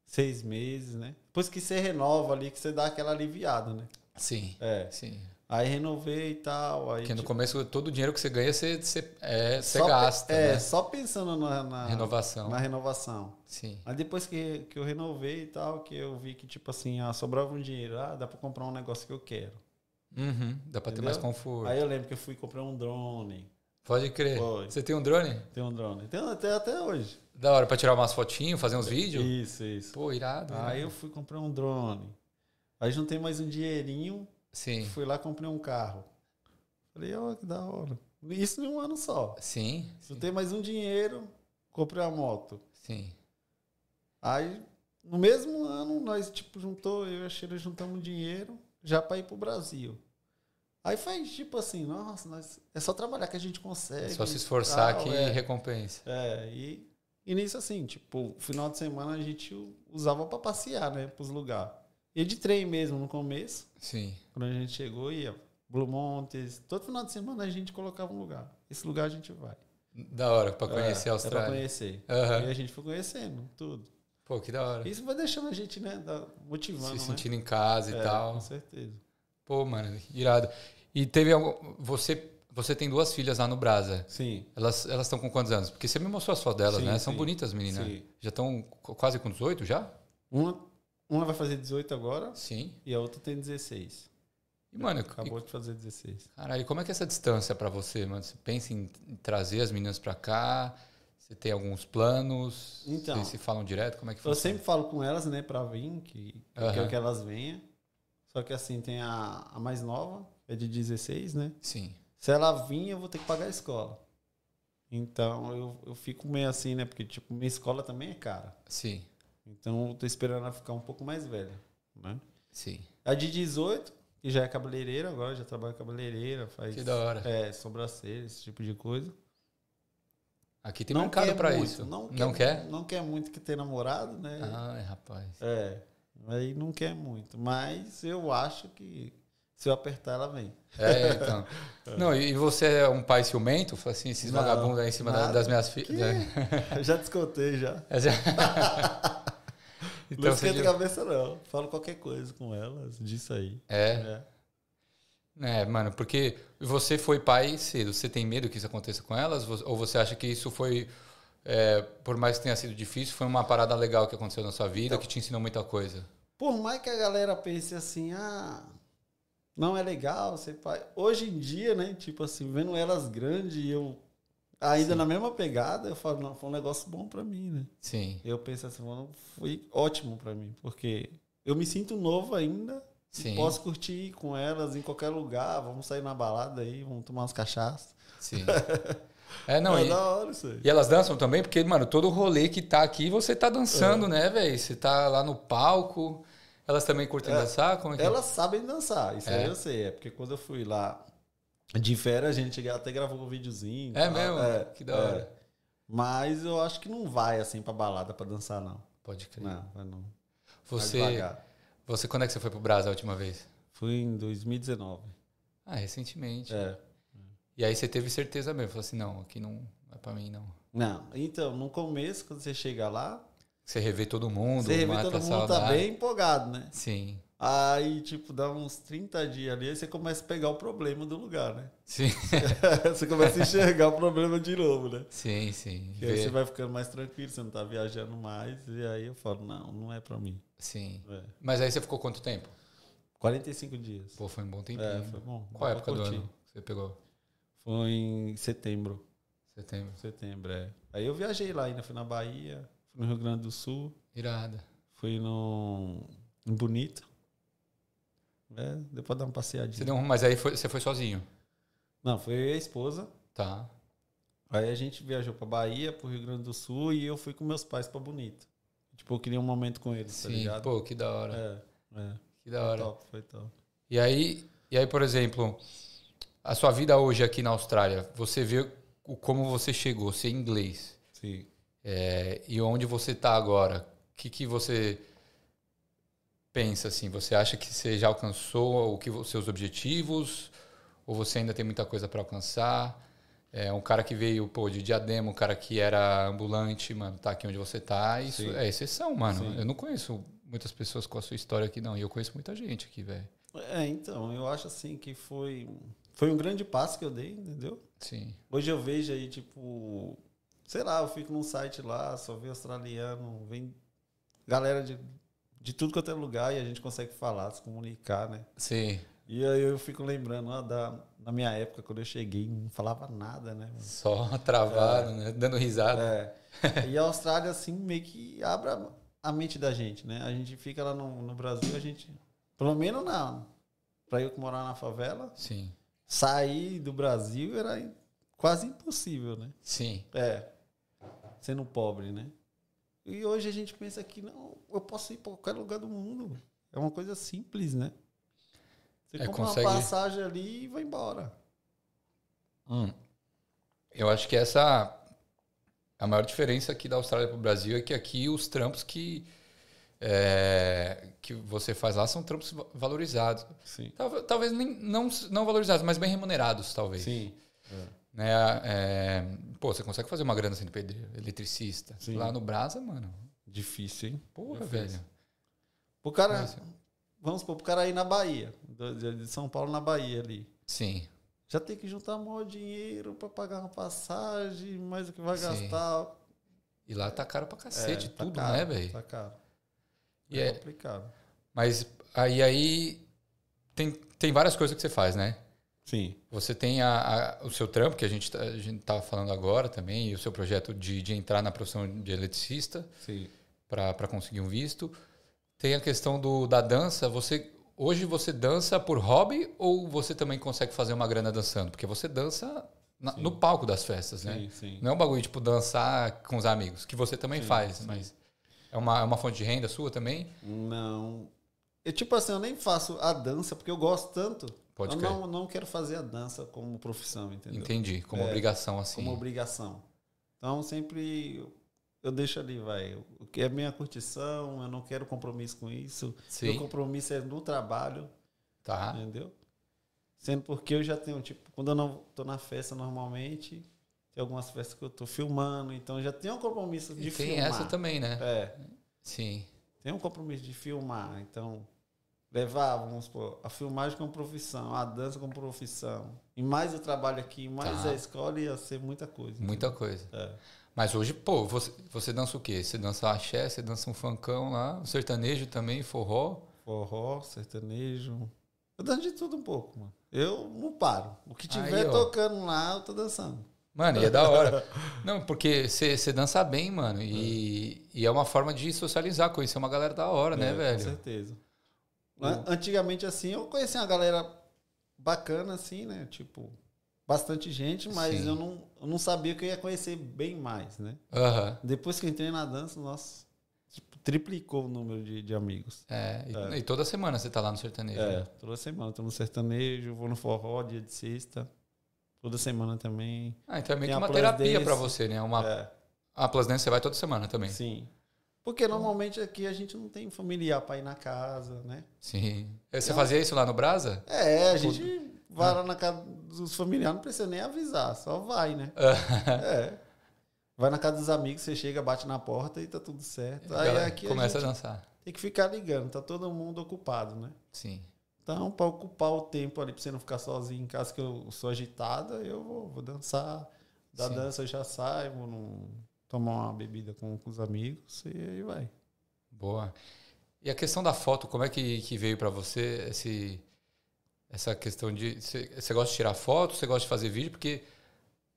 S1: seis meses, né? Depois que você renova ali, que você dá aquela aliviada, né?
S2: Sim,
S1: É.
S2: sim.
S1: Aí renovei e tal. Aí,
S2: Porque no
S1: tipo,
S2: começo, todo o dinheiro que você ganha, você, você, é, você
S1: só pe-
S2: gasta,
S1: É,
S2: né?
S1: só pensando na, na
S2: Renovação.
S1: na renovação.
S2: Sim.
S1: Aí depois que, que eu renovei e tal, que eu vi que, tipo assim, ah, sobrava um dinheiro, ah, dá pra comprar um negócio que eu quero.
S2: Uhum, dá pra ter
S1: Entendeu?
S2: mais conforto.
S1: Aí eu lembro que eu fui comprar um drone.
S2: Pode crer.
S1: Foi.
S2: Você tem um drone?
S1: Tem um drone. Tem até, até hoje.
S2: Da hora pra tirar umas fotinhos, fazer uns vídeos?
S1: Isso, isso.
S2: Pô, irado.
S1: Aí
S2: irado.
S1: eu fui comprar um drone. Aí juntei mais um dinheirinho,
S2: Sim.
S1: fui lá comprei um carro. Falei, ó, que da hora. Isso em um ano só.
S2: Sim.
S1: Juntei mais um dinheiro, comprei a moto.
S2: Sim.
S1: Aí, no mesmo ano, nós, tipo, juntou, eu e a Sheila juntamos dinheiro já pra ir pro Brasil. Aí foi tipo assim, nossa, nós, é só trabalhar que a gente
S2: É
S1: consegue.
S2: só se esforçar
S1: tal,
S2: que
S1: É,
S2: recompensa.
S1: é e, e nisso assim, tipo, final de semana a gente u- usava pra passear, né, pros lugares. E de trem mesmo no começo,
S2: Sim.
S1: quando a gente chegou, ia Blue Montes, todo final de semana a gente colocava um lugar. Esse lugar a gente vai.
S2: Da hora, pra conhecer
S1: é, É pra
S2: a Austrália.
S1: conhecer.
S2: Aham.
S1: E a gente foi conhecendo tudo.
S2: Pô, que da hora.
S1: Isso vai deixando a gente, né, da-
S2: Se
S1: motivando, né?
S2: sentindo em casa e
S1: É,
S2: tal.
S1: Com certeza.
S2: Pô, mano, irado. E teve algum. Você, você tem duas filhas lá no Brasa.
S1: Sim.
S2: Elas elas estão com quantos anos? Porque você me mostrou as fotos delas,
S1: Sim,
S2: né? São
S1: sim.
S2: bonitas, meninas.
S1: Sim.
S2: Já estão co- quase com 18 já?
S1: Uma, uma vai fazer 18 agora
S2: Sim.
S1: e a outra tem 16.
S2: É, E, mano, e
S1: Acabou de fazer 16.
S2: Caralho, como é que é essa distância pra você, mano? Você pensa em em trazer as meninas pra cá? Você tem alguns planos?
S1: Então.
S2: Vocês se falam direto? Como é que
S1: Eu
S2: funciona?
S1: sempre falo com elas, né, pra vir, que que eu
S2: Aham.
S1: quero que elas venham. Só que assim, tem a, a mais nova, é de 16, né?
S2: Sim.
S1: Se ela vir, eu vou ter que pagar a escola. Então eu, eu fico meio assim, né? Porque, tipo, minha escola também é cara.
S2: Sim.
S1: Então eu tô esperando ela ficar um pouco mais velha, né?
S2: Sim.
S1: A de 18, que já é cabeleireira agora, já trabalha cabeleireira, faz.
S2: Que da hora.
S1: É, sobrancelha, esse tipo de coisa.
S2: Aqui tem mercado
S1: quer
S2: pra
S1: muito,
S2: isso.
S1: Não quer,
S2: Não quer? Ah.
S1: Não quer muito que ter namorado, né?
S2: Ai, rapaz.
S1: É. Aí não quer muito. Mas eu acho que se eu apertar, ela vem. <laughs>
S2: É, então. Não, e e você é um pai ciumento? Fala assim, esses
S1: Não,
S2: vagabundos aí em cima da-
S1: nada.
S2: das minhas filhas.
S1: Eu já descontei já. <laughs> não
S2: então, você
S1: esquenta
S2: diz-
S1: a cabeça, não. Falo qualquer coisa com elas disso aí.
S2: é,
S1: É.
S2: é, mano, porque você foi pai cedo. Você tem medo que isso aconteça com elas? Vo- Ou você acha que isso foi, é, por mais que tenha sido difícil, foi uma parada legal que aconteceu na sua
S1: Então
S2: vida, que te ensinou muita coisa?
S1: Por mais que a galera pense assim, ah, não é legal ser pai. Hoje em dia, né? Tipo assim, vendo elas grandes e eu ainda na mesma pegada, eu falo, não, foi um negócio bom pra mim, né?
S2: Sim,
S1: Eu penso assim, mano, foi ótimo pra mim, porque eu me sinto novo ainda. e
S2: sim,
S1: Posso curtir com elas em qualquer lugar, vamos sair na balada aí, vamos tomar umas cachaças. <laughs>
S2: sim. É, não,
S1: é
S2: e,
S1: da hora isso aí.
S2: e elas dançam também? Porque, mano, todo rolê que tá aqui, você tá
S1: É.
S2: dançando, né, velho? Você tá lá no palco. Elas também curtem dançar? Como é que é?
S1: Elas sabem dançar, isso
S2: É.
S1: aí eu sei. É porque quando eu fui lá de férias, a gente até gravou um videozinho.
S2: É
S1: tal.
S2: mesmo? Que da hora.
S1: É. Mas eu acho que não vai assim pra balada pra dançar, não.
S2: Pode crer.
S1: Não, vai não.
S2: Você, você quando é que você foi pro Brasil a última vez?
S1: Fui em 2019.
S2: Ah, recentemente.
S1: É.
S2: E aí você teve certeza mesmo, falou assim, não, aqui não é pra mim não.
S1: Não, então, no começo, quando você chega lá,
S2: Você revê todo mundo,
S1: você revê
S2: mata
S1: todo
S2: a
S1: mundo,
S2: saudade.
S1: tá bem empolgado, né?
S2: Sim, <laughs>
S1: Aí, tipo, dá uns 30 dias ali, aí você começa a pegar o problema do lugar, né? <laughs>
S2: sim,
S1: você começa a enxergar o problema de novo, né?
S2: sim, sim.
S1: E aí
S2: Vê-
S1: você vai ficando mais tranquilo, você não tá viajando mais. E aí eu falo, não, não é pra mim.
S2: Sim.
S1: É.
S2: Mas aí você ficou quanto tempo?
S1: 45 dias.
S2: Pô, foi um bom tempinho.
S1: É, foi bom.
S2: Qual a
S1: Dá pra
S2: época do
S1: curtir.
S2: ano que você pegou?
S1: Foi em setembro.
S2: Setembro.
S1: Setembro, é. Aí eu viajei lá ainda, fui na Bahia, fui no Rio Grande do Sul,
S2: Irada.
S1: fui no em Bonito. É, deu pra dar uma
S2: Você
S1: passeadinha.
S2: deu um, mas aí foi- você foi sozinho.
S1: Não, foi eu e a esposa.
S2: Tá.
S1: Aí a gente viajou pra Bahia, pro Rio Grande do Sul e eu fui com meus pais pra Bonito. Tipo, eu queria um momento com eles, tá
S2: Sim,
S1: ligado?
S2: pô, que da hora.
S1: É, é.
S2: Que da hora.
S1: Top, foi top.
S2: E aí, e aí, por exemplo, a sua vida hoje aqui na Austrália, você vê o- como você chegou, ser inglês,
S1: Sim.
S2: é, e onde você está agora. O que, que você pensa assim? Você acha que você já alcançou o que vo- seus objetivos? Ou você ainda tem muita coisa para alcançar? É um cara que veio pô, de Diadema, um cara que era ambulante, mano, tá aqui onde você tá. Isso
S1: Sim.
S2: é exceção, mano.
S1: Sim.
S2: Eu não conheço muitas pessoas com a sua história aqui, não. E eu conheço muita gente aqui, velho.
S1: É, então, eu acho assim que foi, foi um grande passo que eu dei, entendeu?
S2: Sim.
S1: Hoje eu vejo aí, tipo, sei lá, eu fico num site lá, só vem australiano, vem galera de, de tudo quanto é lugar e a gente consegue falar, se comunicar, né?
S2: Sim.
S1: E aí eu fico lembrando, ó, da, na minha época, quando eu cheguei, não falava nada, né? mano?
S2: Só <laughs> travado, né? Dando risada.
S1: É. <laughs> E a Austrália, assim, meio que abre a- a mente da gente, né? A gente fica lá no, no Brasil, a gente, pelo menos na, pra eu que morar na favela,
S2: Sim.
S1: sair do Brasil era in- quase impossível, né?
S2: Sim.
S1: É. Sendo pobre, né? E hoje a gente pensa que não, eu posso ir para qualquer lugar do mundo. É uma coisa simples, né? Você
S2: É,
S1: compra
S2: consegue-
S1: uma passagem ali e vai embora.
S2: Eu acho que essa. A maior diferença aqui da Austrália para o Brasil é que aqui os trampos que. é, que você faz lá são trampos va- valorizados.
S1: Sim.
S2: Talvez, talvez nem, não, não valorizados, mas bem remunerados, talvez.
S1: Sim.
S2: Né? É, pô, você consegue fazer uma grana sendo pedreiro, eletricista.
S1: Sim.
S2: Lá no Brasa, mano.
S1: Difícil, hein?
S2: Porra,
S1: Eu fiz.
S2: velho.
S1: O cara,
S2: Mas-
S1: vamos supor, pro cara ir na Bahia, do- de de São Paulo na Bahia ali.
S2: Sim.
S1: Já tem que juntar maior dinheiro para pagar uma passagem, mais o que vai
S2: Sim.
S1: gastar.
S2: E lá tá caro pra cacete,
S1: É, tá
S2: tudo,
S1: caro,
S2: né, velho?
S1: Tá caro.
S2: E é-
S1: complicado.
S2: Mas aí, aí tem, tem várias coisas que você faz, né?
S1: Sim.
S2: Você tem a- a- o seu trampo, que a gente tá- a gente tava falando agora também, e o seu projeto de, de entrar na profissão de eletricista
S1: Sim.
S2: para conseguir um visto. Tem a questão do, da dança. Você Hoje você dança por hobby ou você também consegue fazer uma grana dançando? Porque você dança na- no palco das festas, né?
S1: Sim, sim.
S2: Não é um bagulho tipo dançar com os amigos, que você também
S1: Sim,
S2: faz,
S1: sim.
S2: mas é uma, é uma fonte de renda sua também?
S1: Não. Eu, tipo assim, eu nem faço a dança porque eu gosto tanto.
S2: Pode
S1: eu
S2: crer.
S1: não, não quero fazer a dança como profissão, entendeu?
S2: Entendi, como
S1: É,
S2: obrigação assim.
S1: Como obrigação. Então, sempre eu, eu deixo ali, vai. O que é minha curtição, eu não quero compromisso com isso. Meu
S2: Sim,
S1: compromisso é no trabalho,
S2: tá.
S1: entendeu? Sendo porque eu já tenho, tipo, quando eu não tô na festa normalmente, tem algumas festas que eu tô filmando, então eu já tenho um compromisso de
S2: E tem
S1: filmar.
S2: essa também, né?
S1: É.
S2: Sim,
S1: tem um compromisso de filmar, então levar, vamos supor, a filmagem como profissão, a dança como profissão, e mais o trabalho aqui, mais
S2: Tá.
S1: a escola ia ser muita coisa.
S2: muita coisa.
S1: É.
S2: Mas hoje, pô, você, você dança o quê? Você dança axé, você dança um funkão lá, um sertanejo também, forró.
S1: Forró, sertanejo. Eu danço de tudo um pouco, mano. Eu não paro. O que
S2: Aí,
S1: tiver
S2: ó.
S1: tocando lá, eu tô dançando.
S2: Mano, e é da
S1: <laughs>
S2: hora. Não, porque você você dança bem, mano. E, e é uma forma de socializar, conhecer uma galera da hora, né,
S1: É, Com
S2: velho?
S1: certeza.
S2: O-
S1: An- Antigamente, assim, eu conhecia uma galera bacana, assim, né? Tipo, bastante gente, mas
S2: Sim.
S1: eu não, eu não sabia que eu ia conhecer bem mais, né?
S2: Aham.
S1: Depois que eu entrei na dança, nossa, tipo, triplicou o número de, de amigos.
S2: É, e, e toda semana você tá lá no sertanejo.
S1: É,
S2: né?
S1: toda semana. eu Tô no sertanejo, vou no forró dia de sexta. Toda semana também.
S2: Ah, então é
S1: Tem
S2: meio que
S1: a
S2: uma
S1: plus
S2: terapia pra
S1: dance.
S2: você, né? Uma,
S1: É,
S2: A plus dance você vai toda semana também.
S1: sim. Porque normalmente aqui a gente não tem familiar para ir na casa, né?
S2: Sim. Você
S1: Não.
S2: fazia isso lá no Brasa?
S1: É, a gente vai lá na casa dos familiares, não precisa nem avisar, só vai, né? É. Vai na casa dos amigos, você chega, bate na porta e tá tudo certo. Aí
S2: Galera,
S1: aqui
S2: começa
S1: a
S2: a,
S1: gente
S2: dançar.
S1: tem que ficar ligando, tá todo mundo ocupado, né?
S2: Sim.
S1: Então, para ocupar o tempo ali, para você não ficar sozinho em casa, que eu sou agitada, eu vou, vou dançar. Da
S2: Sim.
S1: dança eu já saio, vou num- tomar uma bebida com, com os amigos e aí vai.
S2: Boa. E a questão da foto, como é que, que veio pra você esse, essa questão de. Você você gosta de tirar foto? Você gosta de fazer vídeo? Porque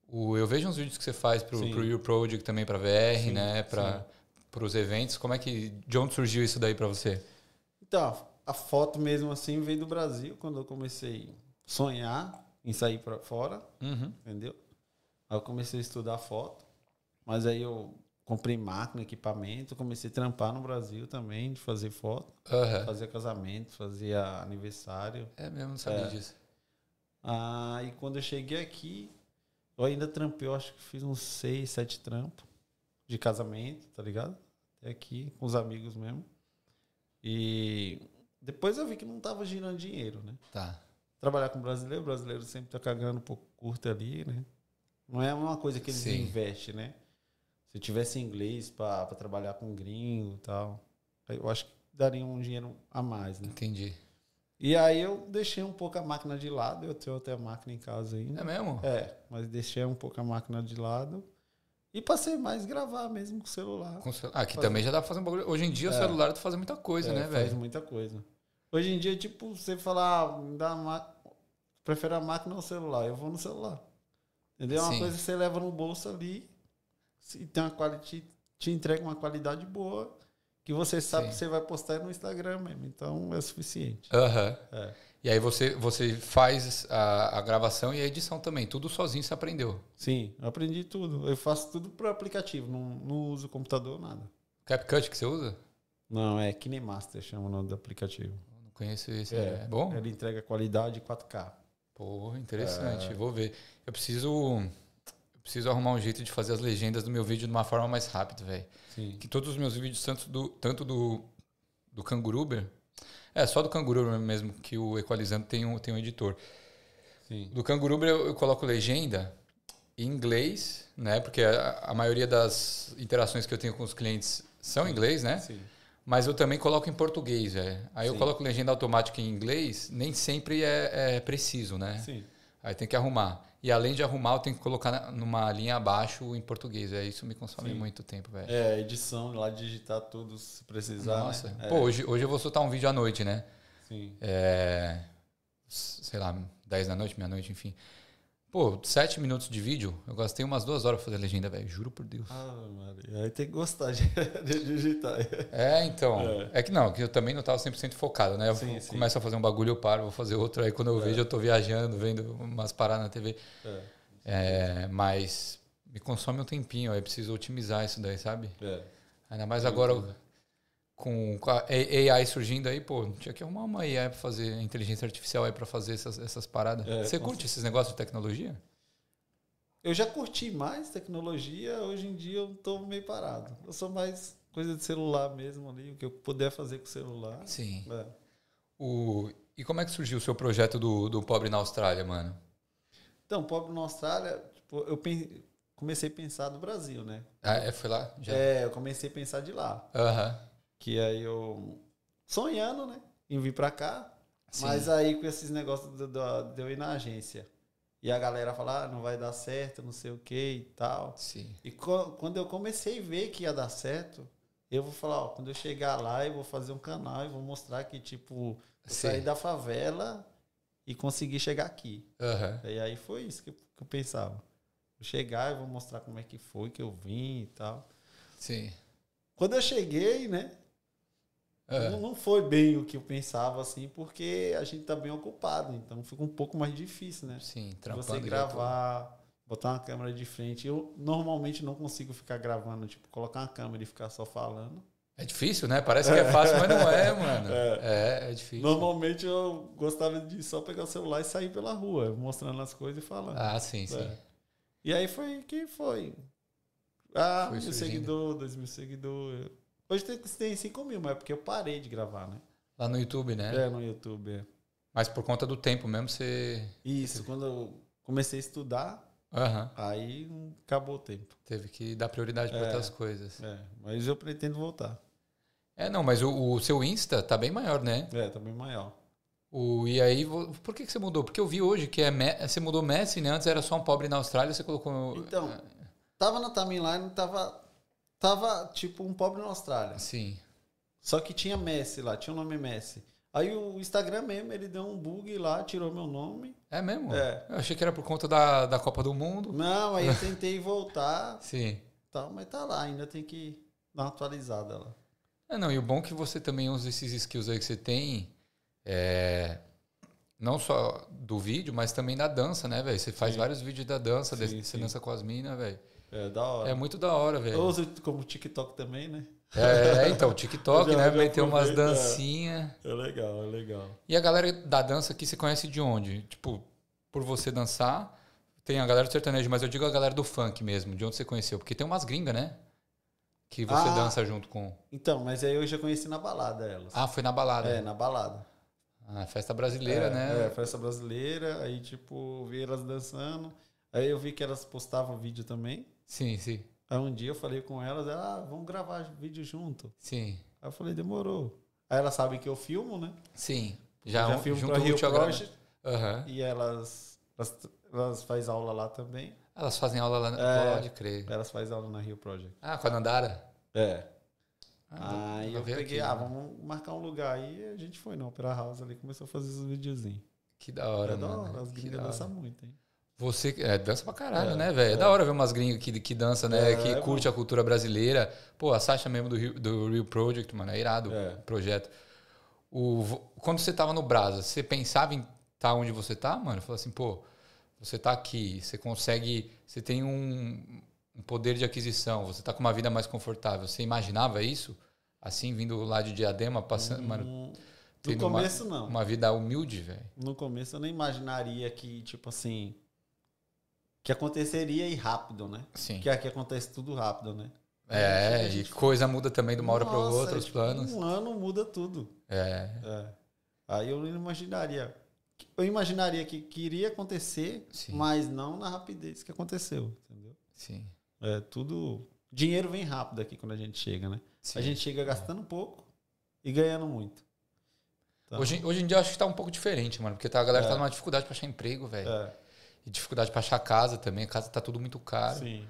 S2: o, eu vejo uns vídeos que você faz pro,
S1: Sim.
S2: pro Your Project também, pra VR,
S1: Sim,
S2: né? Pra, pros eventos. Como é que. De onde surgiu isso daí pra você?
S1: Então, a foto mesmo assim veio do Brasil, quando eu comecei a sonhar em sair para fora,
S2: Uhum.
S1: entendeu? Aí eu comecei a estudar foto, mas aí eu comprei máquina, equipamento, comecei a trampar no Brasil também, de fazer foto,
S2: Aham.
S1: fazia casamento, fazia aniversário.
S2: É mesmo, não sabia
S1: É.
S2: disso.
S1: Ah, e quando eu cheguei aqui, eu ainda trampei, eu acho que fiz uns seis, sete trampos de casamento, tá ligado? Até aqui, com os amigos mesmo. E depois eu vi que não tava girando dinheiro, né?
S2: Tá.
S1: Trabalhar com brasileiro, brasileiro sempre tá cagando um pouco curto ali, né? Não é uma coisa que eles
S2: Sim.
S1: investem, né? Se eu tivesse inglês pra, pra trabalhar com gringo e tal, eu acho que daria um dinheiro a mais, né?
S2: Entendi.
S1: E aí eu deixei um pouco a máquina de lado, eu tenho até a máquina em casa ainda.
S2: É mesmo?
S1: É, mas deixei um pouco a máquina de lado e passei mais gravar mesmo com o celular.
S2: Com cel- Ah, aqui
S1: Fazer-
S2: também já dá pra fazer um bagulho. Hoje em dia o
S1: É.
S2: celular tu faz muita coisa,
S1: É,
S2: né,
S1: Faz
S2: velho?
S1: muita coisa. Hoje em dia, tipo, você falar, me dá a ma... prefere a máquina ou o celular? Eu vou no celular. Entendeu? É uma
S2: Sim.
S1: coisa que você leva no bolso ali e tem uma qualidade, te entrega uma qualidade boa que você sabe
S2: Sim.
S1: que você vai postar no Instagram mesmo. Então é suficiente.
S2: Aham.
S1: É.
S2: E aí você, você faz a, a gravação e a edição também. Tudo sozinho você aprendeu.
S1: Sim, eu aprendi tudo. Eu faço tudo por aplicativo, não, não uso computador, nada.
S2: CapCut que você usa?
S1: Não, é KineMaster, chama o nome do aplicativo.
S2: Não conheço esse. É, bom?
S1: Ele entrega qualidade 4K.
S2: Pô, interessante. Vou ver. Eu preciso... eu Preciso arrumar um jeito de fazer as legendas do meu vídeo de uma forma mais rápida, velho.
S1: Sim.
S2: Que todos os meus vídeos, tanto do, tanto do, do Canguruber... É, só do Canguruber mesmo, que o Equalizando tem um, tem um editor.
S1: Sim.
S2: Do Canguruber eu, eu coloco legenda em inglês, né? Porque a, a maioria das interações que eu tenho com os clientes são em inglês, né?
S1: Sim.
S2: Mas eu também coloco em português, velho. Aí eu
S1: Sim.
S2: coloco legenda automática em inglês, nem sempre é, é preciso, né?
S1: Sim.
S2: Aí tem que arrumar. E além de arrumar, eu tenho que colocar na- numa linha abaixo em português. É isso me consome
S1: Sim.
S2: muito tempo, velho.
S1: É, edição lá, digitar tudo se precisar.
S2: Nossa.
S1: né? É,
S2: Pô, hoje, hoje eu vou soltar um vídeo à noite, né?
S1: Sim.
S2: é, s- sei lá, 10 da noite, meia-noite, enfim. Pô, 7 minutos de vídeo, eu gastei umas duas horas pra fazer a legenda, velho. Juro por Deus.
S1: Ah, Maria. Aí tem que gostar de, <laughs> de digitar.
S2: É, então.
S1: É.
S2: É. que não, que eu também não tava 100% focado, né? Eu
S1: Sim, É. sim.
S2: começo a fazer um bagulho, eu paro, vou fazer outro. Aí quando eu vejo, eu tô viajando, vendo umas paradas na TV.
S1: É,
S2: É, mas me consome um tempinho, aí preciso otimizar isso daí, sabe?
S1: é.
S2: Ainda mais agora com, com a A- AI surgindo aí, pô, tinha que arrumar uma AI pra fazer, inteligência artificial aí pra fazer essas, essas paradas.
S1: É,
S2: Você
S1: com
S2: curte esses negócios de tecnologia?
S1: Eu já curti mais tecnologia, hoje em dia eu tô meio parado. Eu sou mais coisa de celular mesmo ali, o que eu puder fazer com o celular.
S2: Sim.
S1: É.
S2: O, e como é que surgiu o seu projeto do, do Pobre na Austrália, mano?
S1: Então, pobre na Austrália, tipo, eu pen- comecei a pensar do Brasil, né?
S2: Ah, é, foi lá? Já?
S1: É, eu comecei a pensar de lá.
S2: Aham.
S1: Que aí eu. Sonhando, né? Em vir pra cá.
S2: Sim.
S1: Mas aí com esses negócios do, do, de eu ir na agência. E a galera fala, ah, não vai dar certo, não sei o que e tal.
S2: Sim.
S1: E co- quando eu comecei a ver que ia dar certo, eu vou falar, ó, quando eu chegar lá, eu vou fazer um canal e vou mostrar que, tipo, eu saí
S2: Sim.
S1: da favela e consegui chegar aqui.
S2: Aham.
S1: E aí foi isso que eu, que eu pensava. Vou chegar e vou mostrar como é que foi que eu vim e tal.
S2: Sim.
S1: Quando eu cheguei, né?
S2: Ah,
S1: Não, não foi bem o que eu pensava, assim, porque a gente tá bem ocupado, então fica um pouco mais difícil, né?
S2: Sim, trampando.
S1: Você
S2: direto.
S1: gravar, botar uma câmera de frente. Eu normalmente não consigo ficar gravando, tipo, colocar uma câmera e ficar só falando.
S2: É difícil, né? Parece que é fácil, mas não
S1: <laughs>
S2: é, mano. É, é, difícil.
S1: Normalmente eu gostava de só pegar o celular e sair pela rua, mostrando as coisas e falando.
S2: Ah, sim, sim.
S1: É. E aí foi Ah, que foi. Ah,
S2: Foi
S1: mil
S2: surgindo.
S1: seguidor, dois mil seguidor. Hoje tem, tem 5 mil, mas é porque eu parei de gravar, né?
S2: Lá no YouTube, né?
S1: É, no YouTube. é.
S2: Mas por conta do tempo mesmo, você.
S1: Isso, quando eu comecei a estudar,
S2: Aham.
S1: aí hum, acabou o tempo.
S2: Teve que dar prioridade para
S1: É.
S2: outras coisas.
S1: É, mas eu pretendo voltar.
S2: É, não, mas o, o seu Insta tá bem maior, né?
S1: É, tá bem maior.
S2: O, e aí, vo- por que, que você mudou? Porque eu vi hoje que é Me- você mudou Messi, né? Antes era só um pobre na Austrália, você colocou. um,
S1: Então, tava na timeline, tava. Tava tipo um pobre na Austrália.
S2: Sim.
S1: Só que tinha Messi lá, tinha o nome Messi. Aí o Instagram mesmo, ele deu um bug lá, tirou meu nome.
S2: É mesmo?
S1: É.
S2: Eu achei que era por conta da, da Copa do Mundo.
S1: Não, <laughs> aí eu tentei voltar,
S2: Sim.
S1: tal, mas tá lá, ainda tem que dar uma atualizada lá.
S2: É, não, e o bom é que você também usa esses skills aí que você tem, é, não só do vídeo, mas também da dança, né, velho? Você faz
S1: Sim.
S2: vários vídeos da dança,
S1: Sim,
S2: desse- você
S1: sim.
S2: dança com as minas, velho.
S1: É da hora.
S2: É muito da hora,
S1: Eu
S2: velho.
S1: uso como TikTok também, né?
S2: É, então, TikTok,
S1: Já-
S2: né?
S1: já
S2: Meteu umas
S1: aproveita.
S2: dancinhas.
S1: É legal, é legal.
S2: E a galera da dança aqui você conhece de onde? Tipo, por você dançar, tem a galera do sertanejo, mas eu digo a galera do funk mesmo, de onde você conheceu. Porque tem umas gringas, né? Que você
S1: Ah.
S2: dança junto com.
S1: Então, mas aí eu já conheci na balada elas.
S2: Ah, foi na balada.
S1: é, na balada.
S2: Ah, festa brasileira,
S1: é,
S2: né?
S1: É, festa brasileira, aí tipo, vi elas dançando. Aí eu vi que elas postavam vídeo também.
S2: Sim, sim.
S1: Aí um dia eu falei com elas, ah, vamos gravar vídeo junto.
S2: Sim.
S1: Aí eu falei, demorou. Aí elas sabem que eu filmo, né?
S2: Sim. Já,
S1: Eu
S2: um-
S1: filmo
S2: junto
S1: pra
S2: o
S1: Rio
S2: útil ao agradável.
S1: Project
S2: Aham.
S1: e elas, elas, elas fazem aula lá também.
S2: Elas fazem aula lá,
S1: É.
S2: na pode crer.
S1: Elas fazem aula na Rio Project.
S2: Ah, com a Nandara?
S1: É.
S2: Ah,
S1: Aí
S2: vou
S1: eu
S2: ver
S1: peguei,
S2: aqui.
S1: ah, vamos marcar um lugar. Aí a gente foi na Opera House ali, começou a fazer os videozinhos.
S2: Que da hora,
S1: É da
S2: mano. né?
S1: hora, as
S2: Que
S1: gringas
S2: da hora.
S1: dançam muito, hein?
S2: Você é, dança pra caralho,
S1: É,
S2: né, velho? É. da hora ver umas gringas que, que dança, né?
S1: É,
S2: que
S1: é
S2: curte a cultura brasileira. Pô, a Sasha mesmo do, Rio- do Real Project, mano, é irado
S1: É.
S2: o projeto. O, vo- quando você tava no Brasa, você pensava em estar onde você tá, mano? Falou assim, pô, você tá aqui, você consegue. Você tem um, um poder de aquisição, você tá com uma vida mais confortável. Você imaginava isso? Assim, vindo lá de Diadema, passando. mano,
S1: Hum, no
S2: tendo uma-
S1: começo, não.
S2: uma vida humilde, velho.
S1: No começo eu nem imaginaria que, tipo assim. Que aconteceria e rápido, né?
S2: Sim.
S1: Que aqui acontece tudo rápido, né? A
S2: É,
S1: gente- a
S2: e
S1: gente-
S2: coisa muda também de uma hora para
S1: Nossa,
S2: outra,
S1: é
S2: os
S1: tipo,
S2: planos.
S1: Um ano muda tudo.
S2: É,
S1: É. Aí eu não imaginaria. Eu imaginaria que queria acontecer,
S2: Sim.
S1: mas não na rapidez que aconteceu, entendeu?
S2: sim.
S1: É tudo. Dinheiro vem rápido aqui quando a gente chega, né?
S2: sim. É.
S1: A gente chega gastando pouco e ganhando muito. Então,
S2: Hoje, hoje em dia eu acho que tá um pouco diferente, mano, porque tá, a galera
S1: É.
S2: tá numa dificuldade pra achar emprego, velho.
S1: é,
S2: E dificuldade pra achar casa também, a casa tá tudo muito caro.
S1: sim.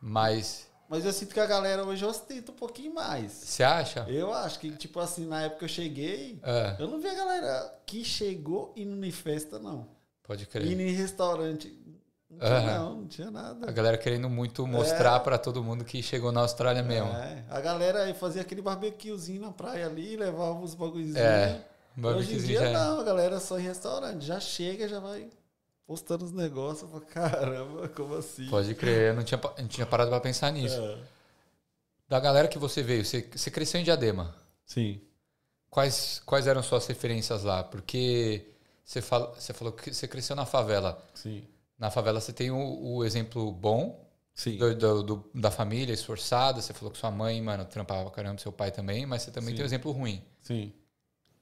S2: Mas
S1: Mas eu sinto que a galera hoje ostenta um pouquinho mais.
S2: você acha?
S1: Eu acho que, tipo assim, na época que eu cheguei,
S2: É,
S1: eu não vi a galera que chegou indo em festa, não.
S2: pode crer.
S1: Indo em restaurante. Não tinha,
S2: Aham.
S1: não, não tinha nada.
S2: A galera querendo muito mostrar pra todo mundo que chegou na Austrália mesmo.
S1: É, a galera aí fazia aquele barbecuezinho na praia ali, levava os bagulhozinhos.
S2: É,
S1: Hoje em
S2: barbecuezinho
S1: dia
S2: já é.
S1: não, a galera só em restaurante. Já chega, já vai postando os negócios. Eu falo, caramba, como assim?
S2: Pode crer, eu não tinha, pa- eu não tinha parado pra pensar nisso.
S1: É.
S2: Da galera que você veio, você, você cresceu em Diadema.
S1: Sim.
S2: Quais, quais eram suas referências lá? Porque você, fala, você falou que você cresceu na favela.
S1: Sim.
S2: Na favela você tem o, o exemplo bom
S1: Sim.
S2: do- do- do- da família esforçada. Você falou que sua mãe, mano, trampava pra caramba, seu pai também, mas você também
S1: Sim.
S2: tem o exemplo ruim,
S1: Sim.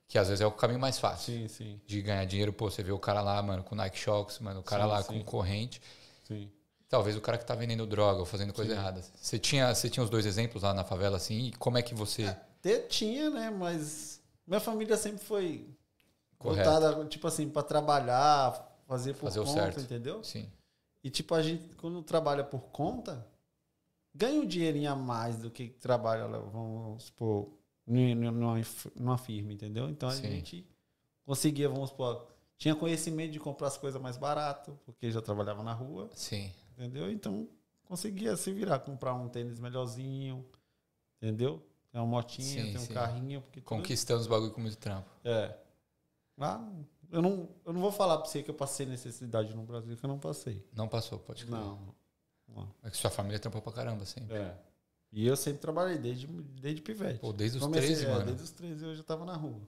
S2: que às vezes é o caminho mais fácil
S1: Sim, sim,
S2: de ganhar dinheiro. Pô, você vê o cara lá, mano, com Nike Shocks, mano, o cara
S1: Sim,
S2: lá
S1: sim.
S2: com corrente.
S1: sim.
S2: Talvez o cara que tá vendendo droga ou fazendo coisa
S1: Sim.
S2: errada. Você tinha, você tinha os dois exemplos lá na favela, assim, e como é que você.
S1: Até tinha, né? Mas minha família sempre foi
S2: Correto.
S1: voltada, tipo assim, pra trabalhar, fazer por
S2: Fazer o
S1: conta,
S2: certo.
S1: entendeu?
S2: Sim.
S1: E tipo, a gente, quando trabalha por conta, ganha um dinheirinho a mais do que trabalha, vamos supor, nu- nu- numa, inf- numa firma, entendeu? Então a
S2: Sim.
S1: gente conseguia, vamos supor, tinha conhecimento de comprar as coisas mais barato, porque já trabalhava na rua,
S2: Sim.
S1: entendeu? Então conseguia se virar, comprar um tênis melhorzinho, entendeu? Tem uma motinha,
S2: Sim,
S1: tem um
S2: sim.
S1: carrinho. Porque tudo-
S2: Conquistando os bagulho com muito trampo.
S1: É. Lá, eu não, eu não vou falar pra você que eu passei necessidade no Brasil, que eu não passei.
S2: Não passou, pode crer.
S1: Não.
S2: É que sua família trampou pra caramba, assim.
S1: É. E eu sempre trabalhei desde, desde pivete.
S2: Pô, desde os
S1: Comecei,
S2: 13,
S1: é,
S2: mano.
S1: Desde os 13 eu já tava na rua.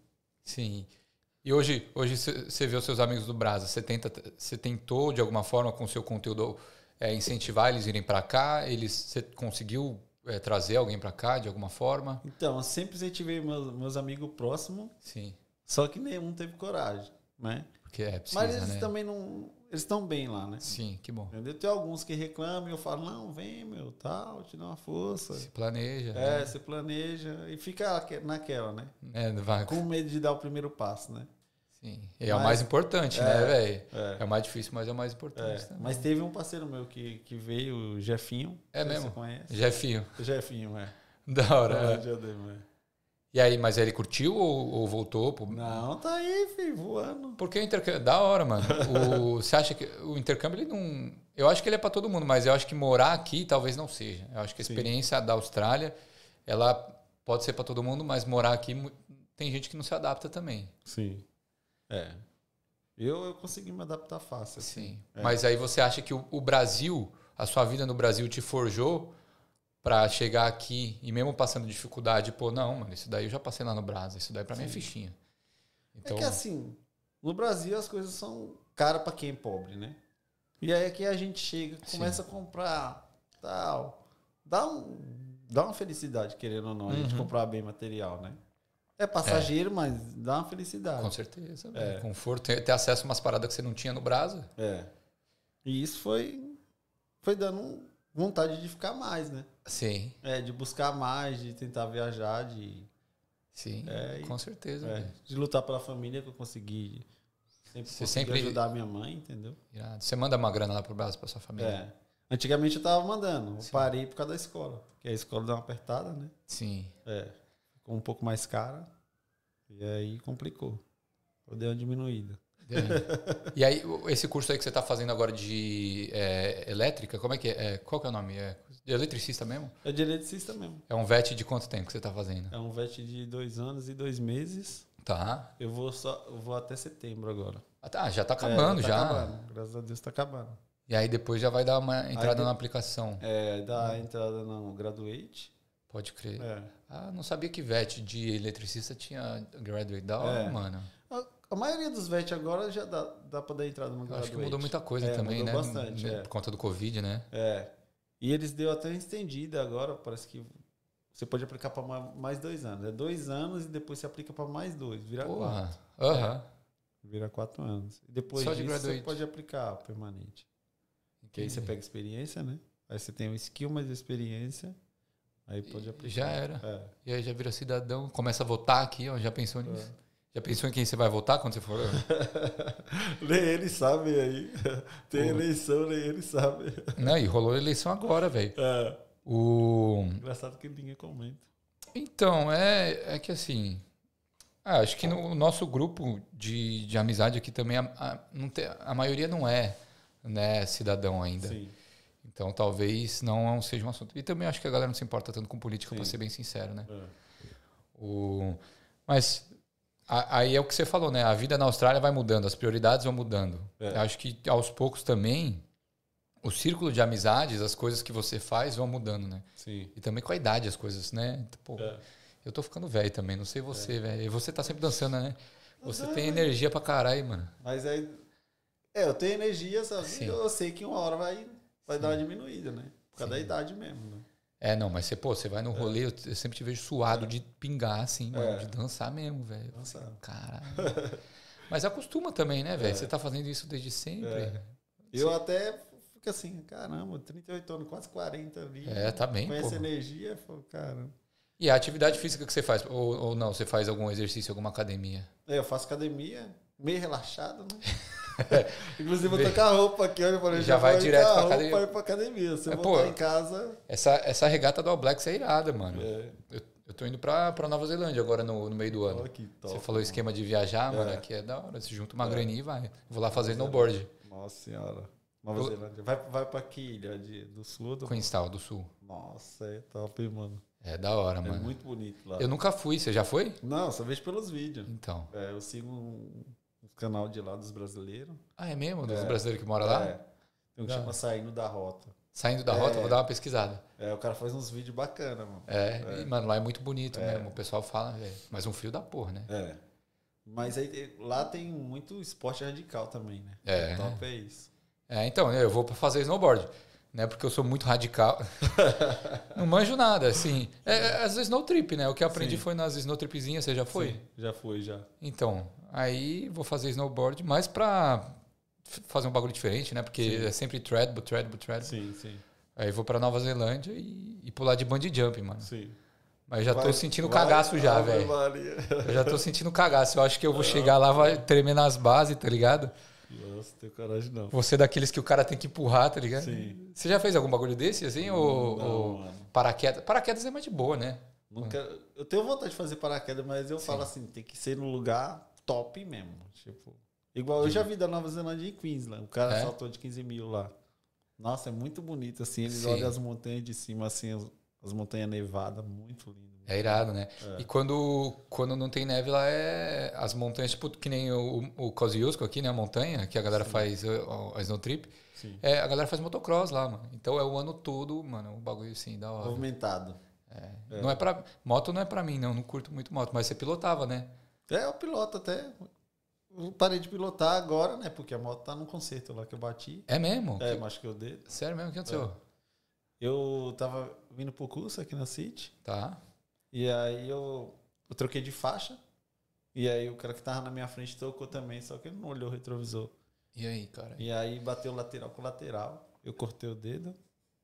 S2: Sim. E hoje hoje você vê os seus amigos do Brasa, você tenta, você tentou de alguma forma com o seu conteúdo é, incentivar eles a irem pra cá, eles você conseguiu é, trazer alguém para cá de alguma forma?
S1: Então, eu sempre incentivei meus, meus amigos próximos,
S2: Sim.
S1: só que nenhum teve coragem, né?
S2: Porque é preciso,
S1: Mas eles
S2: né?
S1: também não. Eles estão bem lá, né?
S2: Sim, que bom.
S1: Entendeu? Tem alguns que reclamam e eu falo, não, vem, meu, tal, te dá uma força.
S2: Se planeja.
S1: É, você planeja e fica aque- naquela, né?
S2: Né? Né, vai-
S1: Com medo de dar o primeiro passo, né?
S2: Sim. E é o
S1: Mas-
S2: mais importante, né, velho?
S1: É.
S2: É o mais difícil, mas é o mais
S1: É,
S2: importante. também.
S1: mas teve um parceiro meu que, que veio, o Jefinho.
S2: É
S1: não sei se
S2: mesmo?
S1: Você conhece?
S2: Jefinho. <laughs>
S1: Jefinho, é.
S2: Da hora.
S1: É, de Ademar.
S2: E aí, mas ele curtiu ou, ou voltou? pro-
S1: Não, tá aí, filho, voando.
S2: Porque o intercâmbio. Da hora, mano.
S1: <laughs>
S2: O, você acha que o intercâmbio ele não. Eu acho que ele é pra todo mundo, mas eu acho que morar aqui talvez não seja. Eu acho que a
S1: Sim.
S2: experiência da Austrália, ela pode ser pra todo mundo, mas morar aqui mu- tem gente que não se adapta também.
S1: Sim. É. Eu, eu consegui me adaptar fácil. assim.
S2: Sim.
S1: É.
S2: Mas aí você acha que o, o Brasil, a sua vida no Brasil te forjou pra chegar aqui e mesmo passando dificuldade, pô, não, mano, isso daí eu já passei lá no Brasa, isso daí pra mim é
S1: Sim.
S2: fichinha.
S1: É
S2: Então,
S1: que assim, no Brasil as coisas são caras pra quem é pobre, né? E aí aqui a gente chega,
S2: Sim.
S1: começa a comprar, tal. Dá, um, dá uma felicidade, querendo ou não, a gente
S2: Uhum.
S1: comprar bem material, né? É passageiro, mas dá uma
S2: com
S1: felicidade.
S2: certeza,
S1: É.
S2: velho. conforto, ter ter acesso a umas paradas que você não tinha no Brasa.
S1: É. E isso foi, foi dando um- vontade de ficar mais, né?
S2: Sim,
S1: É, de buscar mais, de tentar viajar, de,
S2: sim,
S1: É, e-
S2: com certeza.
S1: é,
S2: velho.
S1: de lutar pela família que eu consegui. Sempre
S2: Você
S1: consegui
S2: sempre-
S1: ajudar minha mãe, entendeu?
S2: Irado. Você manda uma grana lá pro Brasa pra sua família.
S1: É. Antigamente eu tava mandando. Eu
S2: Sim.
S1: parei por causa da escola. Porque a escola deu uma apertada, né?
S2: Sim.
S1: É. Ficou um pouco mais cara. E aí complicou. Eu dei uma diminuída.
S2: É. e aí, o- esse curso aí que você tá fazendo agora de é, elétrica, como é que é? É, Qual que é o nome? É, de eletricista mesmo?
S1: É de eletricista mesmo.
S2: É um VET de quanto tempo que você tá fazendo?
S1: É um VET de dois anos e dois meses.
S2: Tá.
S1: Eu vou só. Eu vou até setembro agora.
S2: Ah, tá, já tá acabando
S1: É, tá
S2: já.
S1: acabando. Graças a Deus tá acabando.
S2: E aí depois já vai dar uma entrada
S1: de-
S2: na aplicação.
S1: É, da entrada no graduate.
S2: Pode crer.
S1: É.
S2: Ah, não sabia que VET de eletricista tinha graduate da hora,
S1: É.
S2: mano.
S1: A, a maioria dos VET agora já dá, dá pra dar entrada no graduate.
S2: Acho que mudou muita coisa
S1: É,
S2: também, né?
S1: mudou bastante, é.
S2: Por conta do Covid, né?
S1: É. E eles deu até uma estendida agora, parece que você pode aplicar para mais dois anos. É dois anos e depois você aplica para mais dois, vira quatro.
S2: Porra. Aham.
S1: É. Vira quatro anos. E depois
S2: Só de
S1: disso você
S2: graduate.
S1: pode aplicar o permanente. Porque aí
S2: Entendi.
S1: você pega experiência, né? Aí você tem o skill mais a experiência. Aí pode aplicar.
S2: Já era.
S1: É.
S2: E aí já vira cidadão, começa a votar aqui, ó. Já pensou nisso? Já pensou em quem você vai votar quando você for?
S1: Lê ele sabe aí. Tem
S2: Pô.
S1: eleição, lê ele sabe.
S2: não, né? e rolou a eleição agora, velho.
S1: É.
S2: O.
S1: Engraçado que ninguém comenta.
S2: Então, é, é que assim. ah, acho que no nosso grupo de, de amizade aqui também, a, a- não tem- a maioria não é né, cidadão ainda.
S1: Sim.
S2: Então talvez não é um- seja um assunto. E também acho que a galera não se importa tanto com política,
S1: Sim.
S2: para ser bem sincero, né?
S1: É.
S2: O, mas a- aí é o que você falou, né? A vida na Austrália vai mudando, as prioridades vão mudando.
S1: É.
S2: Eu Acho que aos poucos também o círculo de amizades, as coisas que você faz vão mudando, né?
S1: Sim.
S2: E também com a idade as coisas, né? Pô,
S1: É.
S2: eu tô ficando velho também, não sei você, velho. E você tá sempre dançando, né? Você
S1: Dançando,
S2: tem
S1: né?
S2: energia pra caralho, mano.
S1: Mas aí. É, eu tenho energia, sabe?
S2: Sim.
S1: Eu sei que uma hora vai, vai dar uma diminuída, né? Por causa da idade mesmo, né?
S2: É, não, mas você, pô, você vai no rolê, eu, eu sempre te vejo suado de pingar, assim, mano,
S1: É.
S2: de dançar mesmo, velho.
S1: Dançar.
S2: Assim, Caralho. mas acostuma também, né,
S1: É.
S2: velho? Você tá fazendo isso desde sempre.
S1: Eu até fico assim, caramba, 38 anos, quase 40 ali.
S2: É, tá bem,
S1: Com
S2: pô.
S1: essa energia, eu falo, caramba.
S2: E a atividade física que você faz? Ou, ou não, você faz algum exercício, alguma academia?
S1: É, eu faço academia, meio relaxado,
S2: <laughs>
S1: né? Inclusive, eu tô com a roupa aqui, olha, eu falei,
S2: Já vai
S1: vou
S2: direto
S1: tirar a
S2: pra
S1: roupa
S2: academia.
S1: e ir pra academia. Se eu
S2: É,
S1: voltar
S2: pô.
S1: em casa.
S2: Essa, essa regata do All Blacks é irada, mano.
S1: É,
S2: Eu, eu tô indo pra, pra Nova Zelândia agora no, no meio do ano.
S1: olha que top.
S2: Você falou esquema de viajar,
S1: É.
S2: mano, aqui é da hora. Você junta uma graninha e vai. Vou lá fazer no board,
S1: Nossa senhora. Nova Zelândia. Vai, vai pra que ilha? De, do sul ou do.
S2: Queenstown do Sul.
S1: Nossa, é top, hein, mano.
S2: É da hora,
S1: É
S2: mano.
S1: muito bonito lá.
S2: Eu nunca fui, você já foi?
S1: Não, só vejo pelos vídeos.
S2: Então.
S1: É, eu sigo um um canal de lá dos brasileiros.
S2: Ah, é mesmo? Dos
S1: É.
S2: brasileiros que moram lá?
S1: É, tem um que
S2: Não.
S1: chama Saindo da Rota.
S2: Saindo da rota, vou dar uma pesquisada.
S1: É, o cara faz uns vídeos bacanas, mano.
S2: É, E, mano, lá é muito bonito
S1: É.
S2: mesmo. O pessoal fala, velho. Mas um frio da porra, né?
S1: É. Mas aí tem- lá tem muito esporte radical também, né?
S2: É.
S1: O top é isso.
S2: É, então, eu vou pra fazer snowboard. né? Porque eu sou
S1: <laughs>
S2: muito radical. não manjo nada, assim. É, às vezes no trip, né? O que eu aprendi
S1: Sim.
S2: foi nas snow tripzinhas, você já foi?
S1: Sim, já fui, já.
S2: Então, aí vou fazer snowboard, mas pra f- fazer um bagulho diferente, né? Porque
S1: Sim.
S2: é sempre treadbo, treadbo, treadbo.
S1: Sim, sim,
S2: Aí vou pra Nova Zelândia e, e pular de bungee jump, mano.
S1: sim.
S2: Mas já tô
S1: Vai-
S2: sentindo
S1: vai-
S2: cagaço já,
S1: Ave
S2: velho.
S1: Maria. <laughs>
S2: Eu já tô sentindo cagaço. Eu acho que eu vou chegar lá, vai tremer nas bases, tá ligado?
S1: Nossa, não tenho coragem não.
S2: Você é daqueles que o cara tem que empurrar, tá ligado?
S1: Sim.
S2: Você já fez algum bagulho desse, assim? Ou,
S1: Não,
S2: ou
S1: mano.
S2: paraquedas? Paraquedas é mais de boa, né?
S1: Não quero- Eu tenho vontade de fazer paraquedas, mas eu falo assim, tem que ser no lugar top mesmo. Tipo, igual eu já vi da Nova Zelândia em Queensland. O cara
S2: É?
S1: saltou de 15 mil lá. Nossa, é muito bonito, assim. Eles
S2: Sim.
S1: olham as montanhas de cima, assim, as, as montanhas nevadas, muito lindo.
S2: É irado, né? E quando, quando não tem neve lá, é as montanhas, tipo que nem o, o Kosciuszko aqui, né? A montanha que a galera faz uh, a snow trip.
S1: Sim.
S2: É, a galera faz motocross lá, mano. Então é o ano todo, mano, um bagulho assim, da hora.
S1: Movimentado.
S2: Não é pra, moto não é pra mim, não. Não curto muito moto, mas você pilotava, né?
S1: É, eu piloto até. Eu parei de pilotar agora, né? Porque a moto tá num concerto lá que eu bati.
S2: É mesmo?
S1: É,
S2: Que-
S1: machuquei o dedo.
S2: Sério mesmo? O que aconteceu?
S1: Eu tava vindo pro curso aqui na City.
S2: Tá.
S1: E aí eu, eu troquei de faixa. E aí o cara que tava na minha frente tocou também, só que ele não olhou o retrovisor.
S2: E aí, cara?
S1: E aí bateu lateral com lateral. Eu cortei o dedo.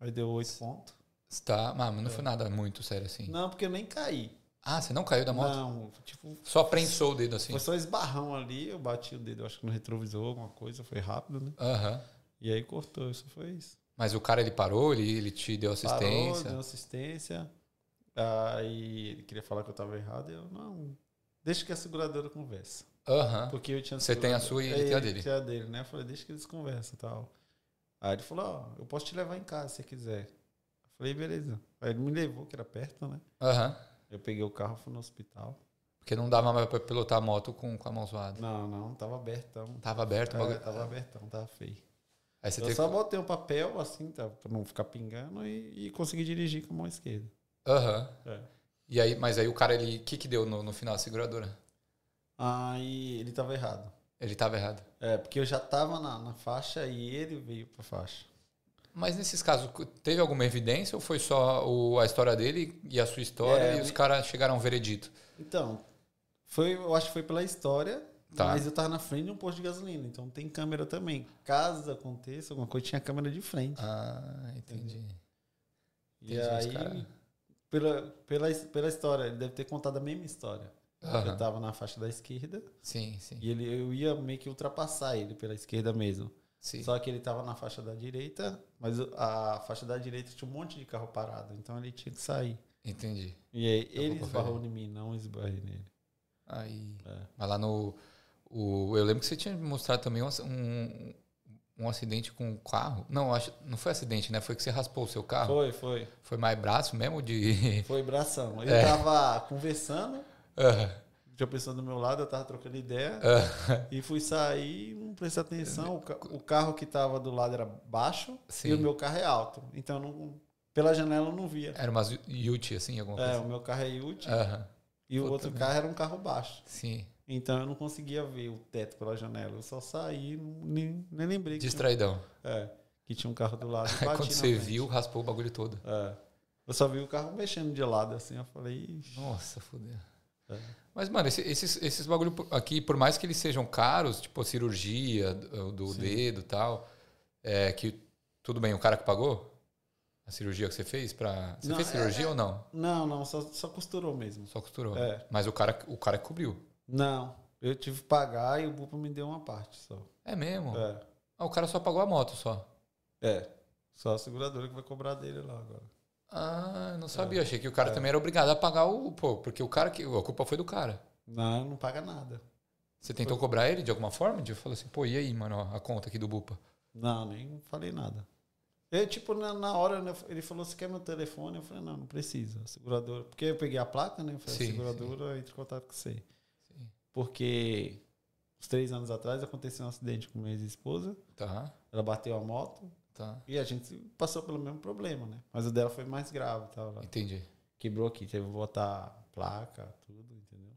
S1: Aí deu oito pontos.
S2: Você Tá, mas
S1: É.
S2: não foi nada muito sério assim.
S1: Não, porque eu nem caí.
S2: Ah, você não caiu da moto?
S1: Não, tipo,
S2: Só prensou o dedo assim.
S1: foi só um esbarrão ali. Eu bati o dedo, acho que no retrovisor, alguma coisa. Foi rápido, né?
S2: Aham.
S1: E aí cortou, isso foi isso.
S2: Mas o cara, ele parou, ele, ele te deu
S1: Parou,
S2: assistência.
S1: deu assistência. Aí ele queria falar que eu tava errado. Eu, não, deixa que a seguradora conversa.
S2: Aham.
S1: Porque eu tinha
S2: Você tem a
S1: seguradora.
S2: sua e ele tem a dele.
S1: Tinha a dele, né? Eu falei, deixa que eles conversam e tal. Aí ele falou, ó, eu posso te levar em casa se você quiser. Eu falei, beleza. Aí ele me levou, que era perto, né?
S2: Aham.
S1: Eu peguei o carro, fui no hospital.
S2: Porque não dava mais pra pilotar a moto com, com a mão zoada.
S1: Não, não, tava abertão.
S2: Tava aberto o
S1: É,
S2: bagulho.
S1: tava abertão, tava feio.
S2: Aí você
S1: eu
S2: teve.
S1: só botei um papel, assim, tá, pra não ficar pingando, e, e consegui dirigir com a mão esquerda.
S2: Aham.
S1: É.
S2: E aí, mas aí o cara, ele. O que, que deu no, no final a seguradora?
S1: Aí ele tava errado.
S2: Ele tava errado.
S1: É, porque eu já tava na, na faixa e ele veio pra faixa.
S2: Mas nesses casos, teve alguma evidência ou foi só o, a história dele e a sua história
S1: É,
S2: e os
S1: me-
S2: caras chegaram a um veredito?
S1: Então, foi, eu acho que foi pela história,
S2: Tá.
S1: mas eu tava na frente de um posto de gasolina, então tem câmera também. Caso aconteça alguma coisa, tinha câmera de frente.
S2: Ah, entendi.
S1: e
S2: entendi, os
S1: aí,
S2: cara.
S1: pela, pela, pela história, ele deve ter contado a mesma história.
S2: Aham.
S1: Eu tava na faixa da esquerda
S2: Sim, sim.
S1: e ele, eu ia meio que ultrapassar ele pela esquerda mesmo.
S2: sim.
S1: Só que ele tava na faixa da direita, mas a faixa da direita tinha um monte de carro parado, então ele tinha que sair.
S2: Entendi.
S1: E aí,
S2: Eu
S1: ele
S2: Então, vou
S1: esbarrou em mim, não esbarrei nele.
S2: Aí.
S1: É.
S2: Mas lá no. O, eu lembro que você tinha me mostrado também um, ac- um, um acidente com um carro. Não, acho, não foi acidente, né? Foi que você raspou o seu carro.
S1: Foi, foi.
S2: Foi, mais braço mesmo de. <laughs>
S1: Foi bração. Eu
S2: É.
S1: tava conversando,
S2: Aham,
S1: tinha pessoa do meu lado, eu tava trocando ideia.
S2: aham.
S1: E fui sair, não prestei atenção. O, ca- o carro que tava do lado era baixo
S2: Sim.
S1: e o meu carro é alto. Então, eu não- pela janela eu não via.
S2: Era umas Yuti, assim, alguma
S1: É,
S2: coisa.
S1: o meu carro é útil
S2: Aham,
S1: e o
S2: puta
S1: outro
S2: merda.
S1: carro era um carro baixo.
S2: sim.
S1: Então, eu não conseguia ver o teto pela janela. Eu só saí, não- nem, nem lembrei que tinha,
S2: Distraidão.
S1: é, que tinha um carro do
S2: <laughs>
S1: lado. e
S2: Aí
S1: bati
S2: quando
S1: na
S2: você
S1: frente.
S2: viu, raspou o bagulho todo.
S1: É. Eu só vi o carro mexendo de lado, assim. Eu falei, "Ixi."
S2: Nossa, fodeu.
S1: É.
S2: Mas, mano, esse- esses, esses bagulho por- aqui, por mais que eles sejam caros, tipo a cirurgia do, do
S1: Sim.
S2: dedo e tal, é que tudo bem, o cara que pagou a cirurgia que você fez pra. Você
S1: Não,
S2: fez
S1: é-
S2: cirurgia ou não?
S1: não, não, só, só costurou mesmo.
S2: Só costurou.
S1: É.
S2: Mas o cara, o cara que cobriu.
S1: Não, eu tive que pagar e o Bupa me deu uma parte só.
S2: É mesmo.
S1: É.
S2: Ah, o cara só pagou a moto só.
S1: É. Só a seguradora que vai cobrar dele lá agora.
S2: Ah, eu não
S1: É.
S2: sabia. Achei que o cara também era obrigado a pagar o. Pô, porque o cara que. A culpa foi do cara.
S1: Não, não paga nada.
S2: Você tentou cobrar ele de alguma forma? De falou assim, pô, e aí, mano, ó, a conta aqui do Bupa?
S1: Não, nem falei nada. Eu, tipo, na, na hora, né, ele falou, você quer meu telefone? Eu falei, não, não precisa. A seguradora. Porque eu peguei a placa, né? Eu falei,
S2: Sim,
S1: a seguradora entra em contato com você.
S2: Sim.
S1: Porque uns três anos atrás aconteceu um acidente com minha ex-esposa.
S2: Tá,
S1: Ela bateu a moto
S2: tá.
S1: e a gente passou pelo mesmo problema, né? Mas o dela foi mais grave e tal. né. Ela
S2: Entendi.
S1: quebrou aqui, teve que botar placa, tudo, entendeu?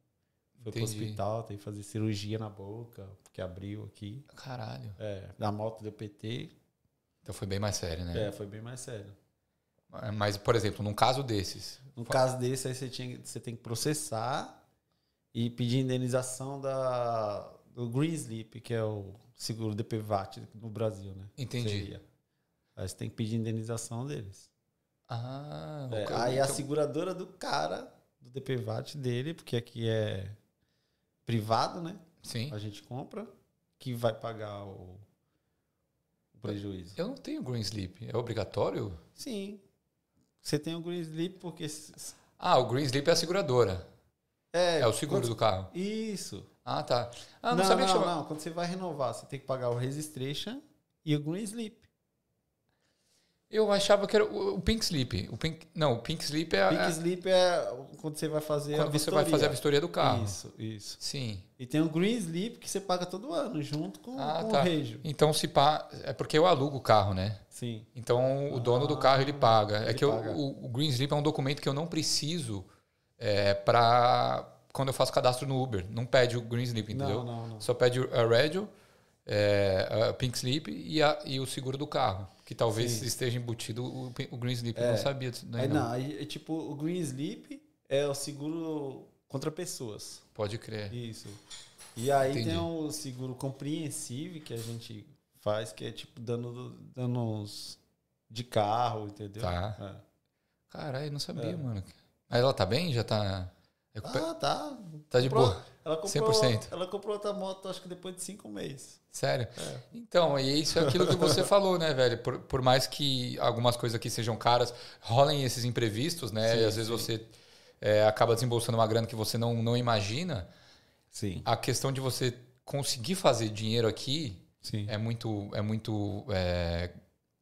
S1: Foi pro
S2: Entendi.
S1: hospital, teve que fazer cirurgia na boca, porque abriu aqui.
S2: Caralho. É.
S1: É, da moto do PT.
S2: Então foi bem mais sério, né? É,
S1: É, foi bem mais sério.
S2: Mas, por exemplo, num caso desses.
S1: No caso desse, aí você, tinha, você tem que processar e pedir indenização da, do Green Sleep, que é o seguro DPVAT no Brasil, né?
S2: Entendi.
S1: Seria. Aí você tem que pedir indenização deles.
S2: Ah,
S1: É,
S2: o ca-
S1: aí a
S2: então-
S1: seguradora do cara, do DPVAT dele, porque aqui é privado, né?
S2: Sim.
S1: A gente compra, que vai pagar o, o prejuízo.
S2: Eu não tenho green sleep. É obrigatório?
S1: Sim. Você tem o Green Sleep porque. se- se-
S2: Ah, o green sleep é a seguradora.
S1: É,
S2: É o seguro
S1: quando-
S2: do carro.
S1: Isso.
S2: Ah, tá. Ah, não,
S1: não,
S2: sabia que
S1: não,
S2: chamava.
S1: não. Quando você vai renovar, você tem que pagar o Registration e o Green Sleep.
S2: Eu achava que era o o pink sleep. O pink... Não, o pink sleep é a...
S1: Pink
S2: é
S1: Sleep é quando você vai fazer a
S2: quando você
S1: vistoria.
S2: vai fazer a vistoria do carro.
S1: Isso, isso.
S2: Sim.
S1: E tem o Green Sleep que você paga todo ano, junto com,
S2: Ah,
S1: com
S2: tá.
S1: o Regio.
S2: Então, se pá... É porque eu alugo o carro, né?
S1: Sim.
S2: Então, o dono do
S1: Ah,
S2: carro, ele paga. é
S1: ele
S2: que eu-
S1: paga.
S2: o, o green slip é um documento que eu não preciso é, para... Quando eu faço cadastro no Uber. Não pede o green slip, entendeu?
S1: Não, não, não.
S2: Só pede a radio, é, a pink slip e, a- e o seguro do carro, que talvez
S1: Sim.
S2: esteja embutido o, pin- o green slip.
S1: É.
S2: Eu não sabia disso daí,
S1: Aí,
S2: não.
S1: não, aí, é tipo, o Green Sleep é o seguro contra pessoas.
S2: Pode crer.
S1: Isso. E aí
S2: Entendi.
S1: tem o seguro compreensível que a gente faz, que é tipo dano, danos de carro, entendeu?
S2: Tá.
S1: É.
S2: Caralho, não sabia,
S1: É.
S2: mano. Mas ela tá bem? Já tá...
S1: Ah, tá.
S2: tá de
S1: Comprou-
S2: boa?
S1: Ela comprou,
S2: 100%.
S1: ela comprou outra moto, acho que depois de cinco meses.
S2: Sério?
S1: É.
S2: Então, e isso é aquilo
S1: <laughs>
S2: que você falou, né, velho? Por, por mais que algumas coisas aqui sejam caras, rolem esses imprevistos, né?
S1: Sim,
S2: e às vezes você é, acaba desembolsando uma grana que você não, não imagina.
S1: Sim,
S2: A questão de você conseguir fazer dinheiro aqui
S1: sim.
S2: é muito. É muito é,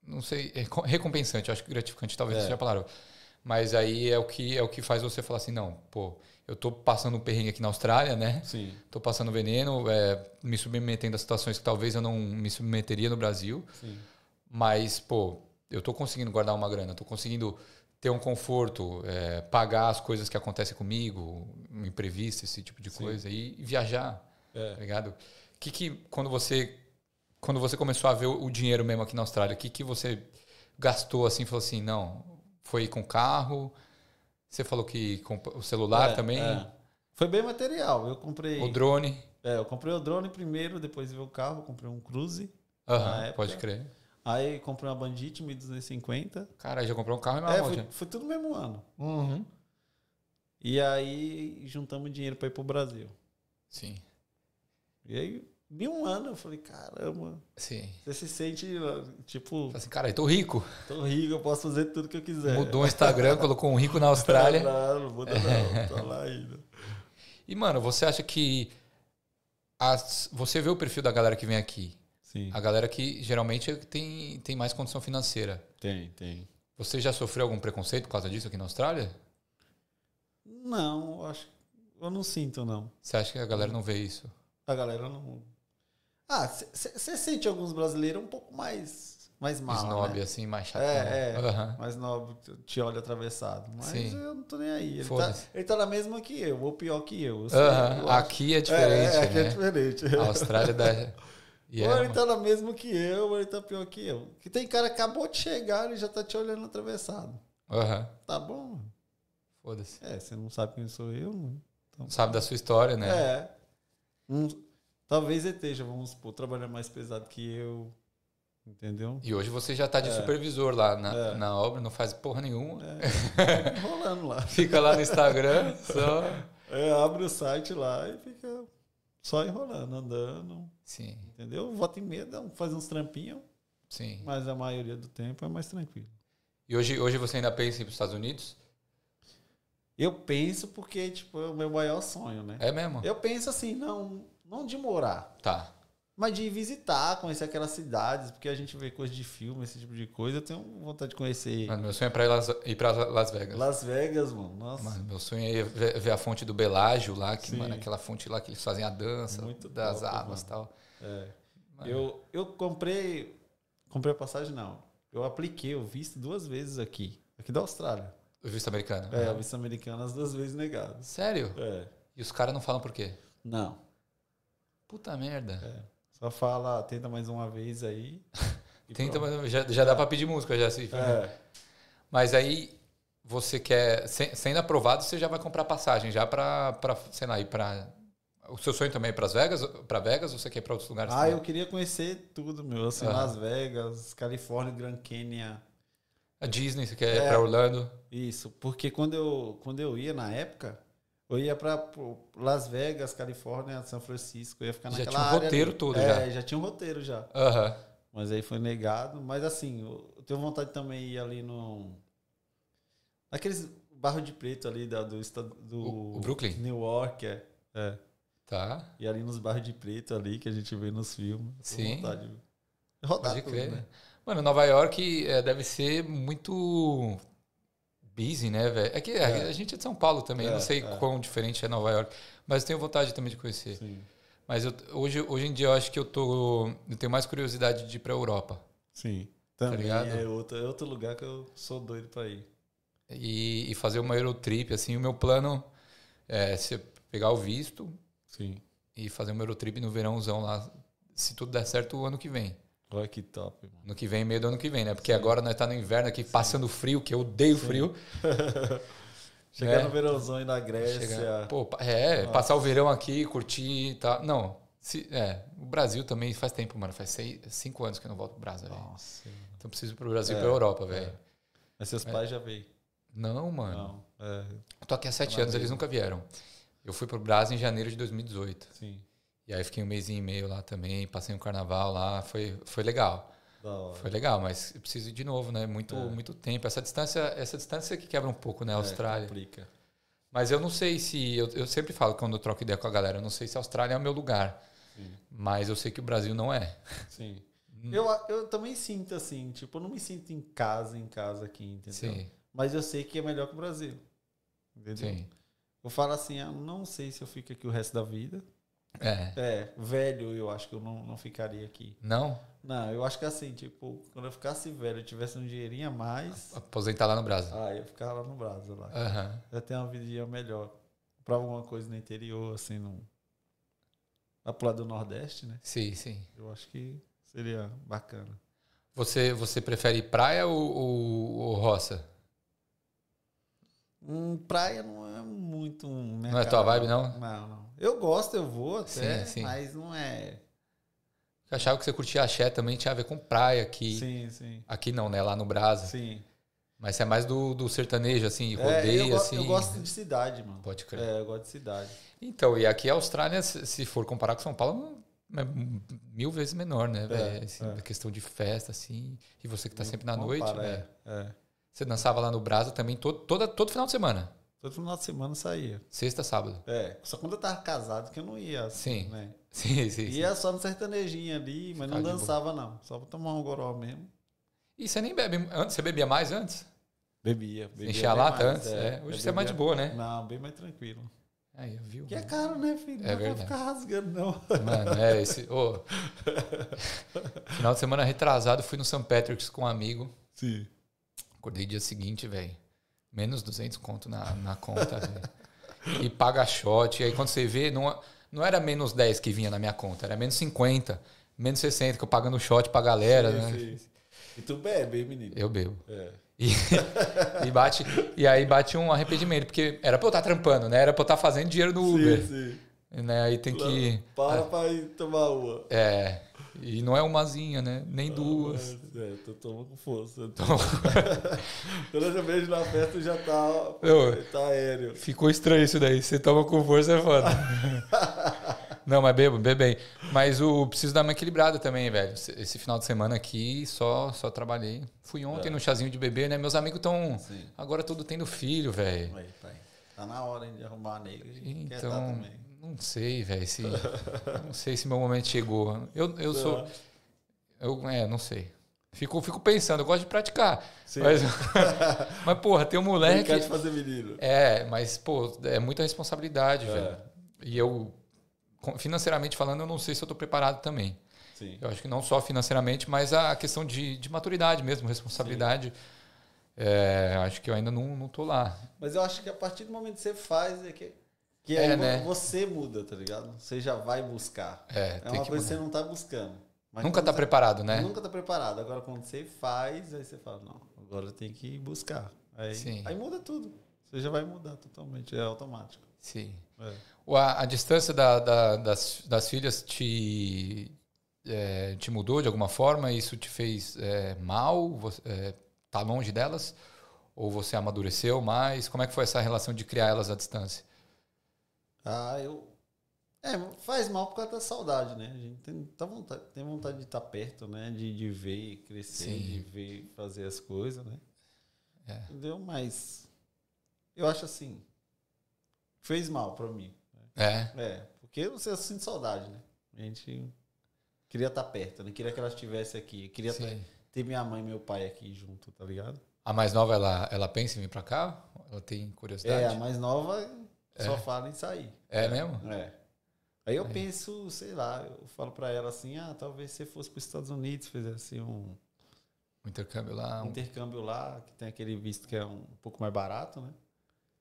S2: não sei, é co- recompensante, acho que gratificante talvez
S1: É.
S2: seja a palavra. Mas aí é o que é o que faz você falar assim, não, pô, eu tô passando um perrengue aqui na Austrália, né?
S1: Sim,
S2: Tô passando veneno, é, me submetendo a situações que talvez eu não me submeteria no Brasil,
S1: sim.
S2: mas, pô, eu tô conseguindo guardar uma grana, tô conseguindo ter um conforto, é, pagar as coisas que acontecem comigo, um imprevisto, esse tipo de
S1: Sim.
S2: coisa, e, e viajar,
S1: É.
S2: tá ligado? Que que, quando você, quando você começou a ver o o dinheiro mesmo aqui na Austrália, o que, que você gastou assim, falou assim, não, foi com carro, você falou que com o celular
S1: É,
S2: também,
S1: é. Foi bem material. Eu comprei.
S2: o drone,
S1: é, eu comprei o drone primeiro, depois veio o carro, comprei um cruze.
S2: Aham,
S1: época-
S2: pode crer.
S1: Aí comprei uma Bandit 1250.
S2: Cara, já comprou um carro e uma
S1: É,
S2: moto.
S1: foi, foi tudo no mesmo ano. E aí juntamos dinheiro pra ir pro Brasil.
S2: Sim.
S1: E aí, em um ano, eu falei, caramba,
S2: Sim.
S1: você se sente tipo,
S2: Fala assim, cara, eu tô rico.
S1: tô rico, eu posso fazer tudo que eu quiser.
S2: Mudou o Instagram, colocou um rico
S1: <laughs>
S2: na Austrália.
S1: Não, não muda não, tô lá ainda.
S2: E, mano, você acha que. as- você vê o perfil da galera que vem aqui.
S1: Sim,
S2: A galera que geralmente tem, tem mais condição financeira.
S1: tem, tem.
S2: Você já sofreu algum preconceito por causa disso aqui na Austrália?
S1: Não, eu acho. Eu não sinto, não.
S2: Você acha que a galera não vê isso?
S1: A galera não. Ah, você sente alguns brasileiros um pouco mais. Mais mal.
S2: Snob,
S1: né?
S2: assim, mais chato.
S1: É, é.
S2: Aham.
S1: Mais nobre, te- te olha atravessado. Mas
S2: Sim.
S1: eu não tô nem aí. Ele tá,
S2: Foda-se.
S1: ele tá na mesma que eu, ou pior que eu. eu sei,
S2: Aham.
S1: eu acho.
S2: Aqui é diferente,
S1: É, é, aqui
S2: né?
S1: é diferente.
S2: A Austrália é da. E
S1: <laughs>
S2: é,
S1: ou ele
S2: mano.
S1: tá na mesma que eu, ou ele tá pior que eu. Que tem cara que acabou de chegar e já tá te olhando atravessado.
S2: Aham.
S1: Tá bom?
S2: Foda-se.
S1: É, você não sabe quem sou eu, mano.
S2: Não sabe da sua história, né?
S1: É. Um- talvez ele esteja, vamos supor, trabalhando mais pesado que eu. Entendeu?
S2: E hoje você já tá de supervisor lá na, na obra, não faz porra nenhuma. <laughs>
S1: É, rolando lá.
S2: Fica lá no
S1: <laughs>
S2: Instagram, só.
S1: É, abre o site lá e fica só enrolando, andando.
S2: Sim,
S1: Entendeu? Vota em medo, é um, faz uns trampinhos,
S2: sim.
S1: mas a maioria do tempo é mais tranquilo.
S2: E hoje, hoje você ainda pensa em ir pros Estados Unidos?
S1: Eu penso porque, tipo, é o meu maior sonho, né?
S2: É mesmo?
S1: Eu penso assim, não, não de morar,
S2: Tá.
S1: mas de visitar, conhecer aquelas cidades, porque a gente vê coisa de filme, esse tipo de coisa. Eu tenho vontade de conhecer
S2: Mano, meu sonho é pra ir, Las, ir pra Las Vegas.
S1: Las Vegas, mano. Nossa.
S2: Mano, meu sonho é ir ver, ver a fonte do Belágio lá, que,
S1: Sim.
S2: mano, aquela fonte lá que eles fazem a dança
S1: Muito
S2: das
S1: top,
S2: águas e tal. Mano.
S1: é. Eu, eu comprei. Comprei a passagem, não. Eu apliquei o visto duas vezes aqui. Aqui da Austrália.
S2: O visto americano.
S1: É, o visto americano as duas vezes negado.
S2: Sério?
S1: É.
S2: E os caras não falam por quê?
S1: Não.
S2: Puta merda.
S1: É,
S2: <laughs>
S1: Só fala, tenta mais uma vez aí. E
S2: Tenta,
S1: pronto.
S2: mas já, já dá pra pedir música, já se.
S1: É,
S2: Mas aí você quer, se- sendo aprovado, você já vai comprar passagem já pra, pra sei lá, ir pra. O seu sonho também é para Vegas, para Vegas ou você quer ir para outros lugares?
S1: Ah,
S2: também?
S1: eu queria conhecer tudo, meu. Assim,
S2: Aham.
S1: Las Vegas, Califórnia, Grand Canyon.
S2: A Disney, você quer ir
S1: É.
S2: para Orlando?
S1: Isso, porque quando eu, quando eu ia na época, eu ia pra pô, Las Vegas, Califórnia, São Francisco, eu ia ficar
S2: Já
S1: naquela
S2: tinha um
S1: área
S2: roteiro
S1: ali.
S2: todo,
S1: é, já. tinha um roteiro já.
S2: Aham.
S1: Mas aí foi negado. Mas assim, eu eu tenho vontade também de ir ali no. Naqueles barro de preto ali da- do estado do.
S2: O- o Brooklyn?
S1: New York, é. É.
S2: Tá.
S1: E ali nos barros de preto ali que a gente vê nos filmes. Eu tenho
S2: Sim.
S1: vontade de rodar
S2: Pode
S1: tudo,
S2: crer.
S1: né?
S2: Mano, Nova York eh, deve ser muito busy, né, velho? É que a-
S1: É.
S2: a gente é de São Paulo também, eu
S1: É,
S2: não sei
S1: é.
S2: quão diferente é Nova York, mas eu tenho vontade também de conhecer.
S1: Sim,
S2: Mas eu- hoje, hoje em dia eu acho que eu tô, eu tenho mais curiosidade de ir para Europa.
S1: sim. Também
S2: Tá ligado?
S1: é, outro, é outro lugar que eu sou doido pra ir.
S2: e, e fazer uma Eurotrip. Assim, o meu plano é se pegar o visto
S1: Sim.
S2: e fazer uma Eurotrip no verãozão lá, se tudo der certo, o ano que vem.
S1: Olha que top, mano.
S2: No que vem, meio do ano que vem, né? Porque agora nós tá no inverno aqui, passando frio, que eu odeio frio.
S1: Chegar
S2: É.
S1: no verãozão da Grécia.
S2: Chegar, pô, pa- é,
S1: Ah.
S2: passar o verão aqui, curtir e tal. Não, se, é, o Brasil também faz tempo, mano. Faz seis, cinco anos que eu não volto pro Brasil, velho.
S1: Nossa.
S2: Então preciso ir pro Brasil e
S1: É,
S2: pra Europa, velho.
S1: Mas seus pais já veio.
S2: Não, É. mano.
S1: Não. É,
S2: Eu tô aqui há sete anos, eles nunca vieram. Eu fui pro Brasil em janeiro de 2018.
S1: sim.
S2: E aí fiquei um mês e meio lá também, passei um carnaval lá, foi, foi legal.
S1: Da hora.
S2: Foi legal, mas eu preciso ir de novo, né? Muito,
S1: É.
S2: muito tempo. Essa distância, essa distância que quebra um pouco, né? A Austrália.
S1: Complica.
S2: mas eu não sei se. Eu, eu sempre falo quando eu troco ideia com a galera, eu não sei se a Austrália é o meu lugar.
S1: Sim.
S2: Mas eu sei que o Brasil não é.
S1: <laughs> Sim.
S2: Hum.
S1: Eu, eu também sinto assim, tipo, eu não me sinto em casa, em casa aqui, entendeu?
S2: Sim,
S1: Mas eu sei que é melhor que o Brasil. Entendeu?
S2: sim.
S1: Eu falo assim, ah, não sei se eu fico aqui o resto da vida.
S2: É.
S1: É, velho, eu acho que eu não, não ficaria aqui.
S2: Não?
S1: Não, eu acho que assim, tipo, quando eu ficasse velho, eu tivesse um dinheirinho a mais,
S2: Aposentar lá no Brasil.
S1: ah, eu ficava lá no Brasil lá.
S2: Aham.
S1: Eu tenho uma vidinha melhor. Pra alguma coisa no interior, assim, no... lá pro lado do Nordeste, né?
S2: Sim, sim.
S1: Eu acho que seria bacana.
S2: Você, você prefere praia ou, ou, ou roça?
S1: Hum, praia não é muito. um
S2: Não é tua
S1: mercado,
S2: vibe, não?
S1: Não, não. Eu gosto, eu vou até,
S2: Sim, sim.
S1: mas não é.
S2: Eu achava que você curtia axé também, tinha a ver com praia aqui.
S1: Sim, sim.
S2: Aqui não, né? Lá no Brasil.
S1: Sim.
S2: Mas você é mais do, do sertanejo, assim,
S1: É, eu,
S2: rodeio,
S1: go-
S2: assim.
S1: eu gosto de cidade, mano.
S2: Pode crer.
S1: É, eu gosto de cidade.
S2: Então, e aqui a Austrália, se se for comparar com São Paulo, é mil vezes menor, né? velho? Assim,
S1: é.
S2: A questão de festa, assim. E você que tá sempre na
S1: Não
S2: noite,
S1: para,
S2: né?
S1: É, é.
S2: Você dançava lá no Brasa também todo, toda, todo final de semana.
S1: Todo final de semana eu saía.
S2: Sexta, sábado. <laughs>
S1: É, só quando eu tava casado que eu não ia. Assim,
S2: Sim.
S1: Né?
S2: Sim, sim. sim.
S1: Ia só no sertanejinho ali, mas
S2: Ficava
S1: não
S2: de boa.
S1: dançava não. Só pra tomar um goró mesmo.
S2: E você nem bebe. Antes, você bebia mais antes?
S1: Bebia. bebia
S2: Enchia a
S1: bem
S2: lata
S1: mais,
S2: antes? É. Hoje
S1: Eu
S2: você é mais de boa, né?
S1: bebia- Não, bem mais tranquilo.
S2: Aí, viu?
S1: Que é caro, né, filho?
S2: É
S1: não vai
S2: verdade.
S1: ficar rasgando,
S2: <laughs>
S1: não.
S2: Mano, é esse.
S1: <laughs>
S2: ô. Final de semana retrasado, fui no St. Patrick's com um amigo.
S1: Sim.
S2: Acordei dia seguinte, velho. Menos 200 conto na, na conta, <laughs> velho. E paga shot. E aí quando você vê, não, não era menos 10 que vinha na minha conta, era menos 50, menos 60, que eu pagando shot pra galera, né?
S1: E tu bebe, hein, menino?
S2: Eu bebo.
S1: É.
S2: E, e bate, e aí bate um arrependimento, porque era pra eu estar trampando, né? Era pra eu estar fazendo dinheiro no Uber.
S1: Sim, sim.
S2: Né? Aí tem que. tá.
S1: Para pra ir tomar uma.
S2: É. E não é umazinha, né? Nem duas.
S1: É, tu toma com força.
S2: <laughs>
S1: Eu <laughs> tô- Quando eu vejo na festa já tá,
S2: Eu-
S1: tá aéreo.
S2: Ficou estranho isso daí. Você toma com força,
S1: <laughs>
S2: é foda. Não, mas bebo, bebei. Mas o preciso dar uma equilibrada também, velho. Esse- Esse final de semana aqui só só trabalhei. Fui
S1: É.
S2: ontem no chazinho de bebê, né? Meus amigos estão
S1: Sim.
S2: agora todo tendo filho, velho.
S1: Aí, tá, aí. tá na hora hein, de arrumar a nega. A gente quer tá
S2: Então,
S1: também.
S2: não sei, velho,
S1: <laughs>
S2: se não sei se meu momento chegou. Eu, eu sou eu é, não sei. Fico, fico pensando, eu gosto de praticar.
S1: Sim.
S2: Mas, <laughs> mas, porra, tem um moleque.
S1: Brincar de fazer menino.
S2: É, mas, pô, é muita responsabilidade,
S1: É.
S2: velho. E eu, com- financeiramente falando, eu não sei se eu tô preparado também.
S1: Sim.
S2: Eu acho que não só financeiramente, mas a questão de, de maturidade mesmo, responsabilidade. É, acho que eu ainda não, não tô lá.
S1: Mas eu acho que a partir do momento que você faz é que, que
S2: É,
S1: aí
S2: né?
S1: você muda, tá ligado? Você já vai buscar.
S2: É,
S1: É
S2: tem
S1: uma coisa
S2: que
S1: que
S2: mudar.
S1: você não tá buscando. Mas
S2: Nunca
S1: quando
S2: tá
S1: você-
S2: preparado, né?
S1: Nunca tá preparado. Agora quando você faz, aí você fala, não, agora tem que buscar. Aí,
S2: Sim.
S1: aí muda tudo. Você já vai mudar totalmente, é automático.
S2: Sim.
S1: É.
S2: O- A, a distância da- da- das, das filhas te, é, te mudou de alguma forma? Isso te fez é, mal? Você, é, tá longe delas? Ou você amadureceu mais? Como é que foi essa relação de criar elas à distância?
S1: Ah, eu. É, faz mal por causa da saudade, né? A gente tem, tá vontade, tem vontade de estar perto, né? De, de ver crescer,
S2: Sim.
S1: de ver fazer as coisas, né?
S2: É.
S1: Entendeu? Mas eu acho assim. Fez mal pra mim.
S2: É,
S1: É, porque você sente saudade, né? A gente queria estar perto, né? Queria que ela estivesse aqui. Queria
S2: sim.
S1: ter minha mãe e meu pai aqui junto, tá ligado?
S2: A mais nova, ela, ela pensa em vir pra cá? Ela tem
S1: É, a
S2: curiosidade?
S1: mais nova só fala em sair.
S2: É, mesmo?
S1: É. Aí eu penso, sei lá, eu falo pra ela assim, ah, talvez você fosse para os Estados Unidos, fizesse um
S2: O intercâmbio lá. um-
S1: intercâmbio lá, que tem aquele visto que é um pouco mais barato, né?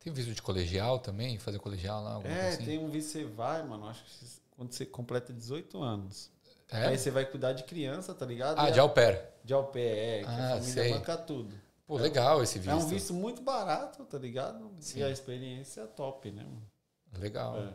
S2: Tem visto de colegial também? Fazer colegial lá? Alguma
S1: é,
S2: coisa assim?
S1: tem um visto que você vai, mano, acho que quando você completa 18 anos.
S2: É?
S1: Aí você vai cuidar de criança, tá ligado?
S2: Ah,
S1: E
S2: de au pair.
S1: a- de au pair, é, que
S2: Ah,
S1: a família
S2: sei.
S1: banca tudo.
S2: Pô, legal esse visto.
S1: É um visto muito barato, tá ligado?
S2: Sim.
S1: E a experiência é top, né, mano?
S2: Legal.
S1: É.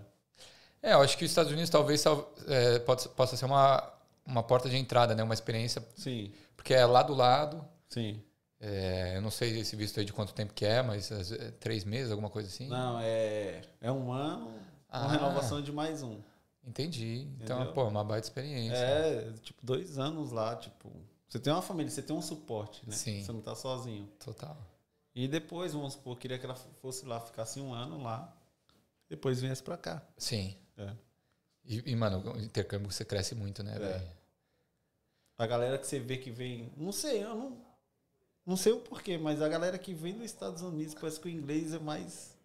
S2: É, eu acho que os Estados Unidos talvez sal- é, pode- possa ser uma, uma porta de entrada, né? Uma experiência,
S1: Sim,
S2: porque é lá do lado.
S1: sim.
S2: é, eu não sei esse visto aí de quanto tempo que é, mas às ve- três meses, alguma coisa assim.
S1: Não, é, é um ano,
S2: Ah.
S1: uma renovação de mais um.
S2: Entendi. Então,
S1: Entendeu?
S2: pô, uma baita experiência.
S1: É, tipo, dois anos lá, tipo. Você tem uma família, você tem um suporte, né?
S2: Sim.
S1: Você não tá sozinho.
S2: Total.
S1: E depois, vamos supor, queria que ela fosse lá, ficasse um ano lá, depois viesse pra cá.
S2: Sim.
S1: É.
S2: E, e, mano, o intercâmbio você cresce muito, né,
S1: É.
S2: velho?
S1: A galera que você vê que vem. Não sei, eu não. Não sei o porquê, mas a galera que vem dos Estados Unidos parece que o inglês é mais.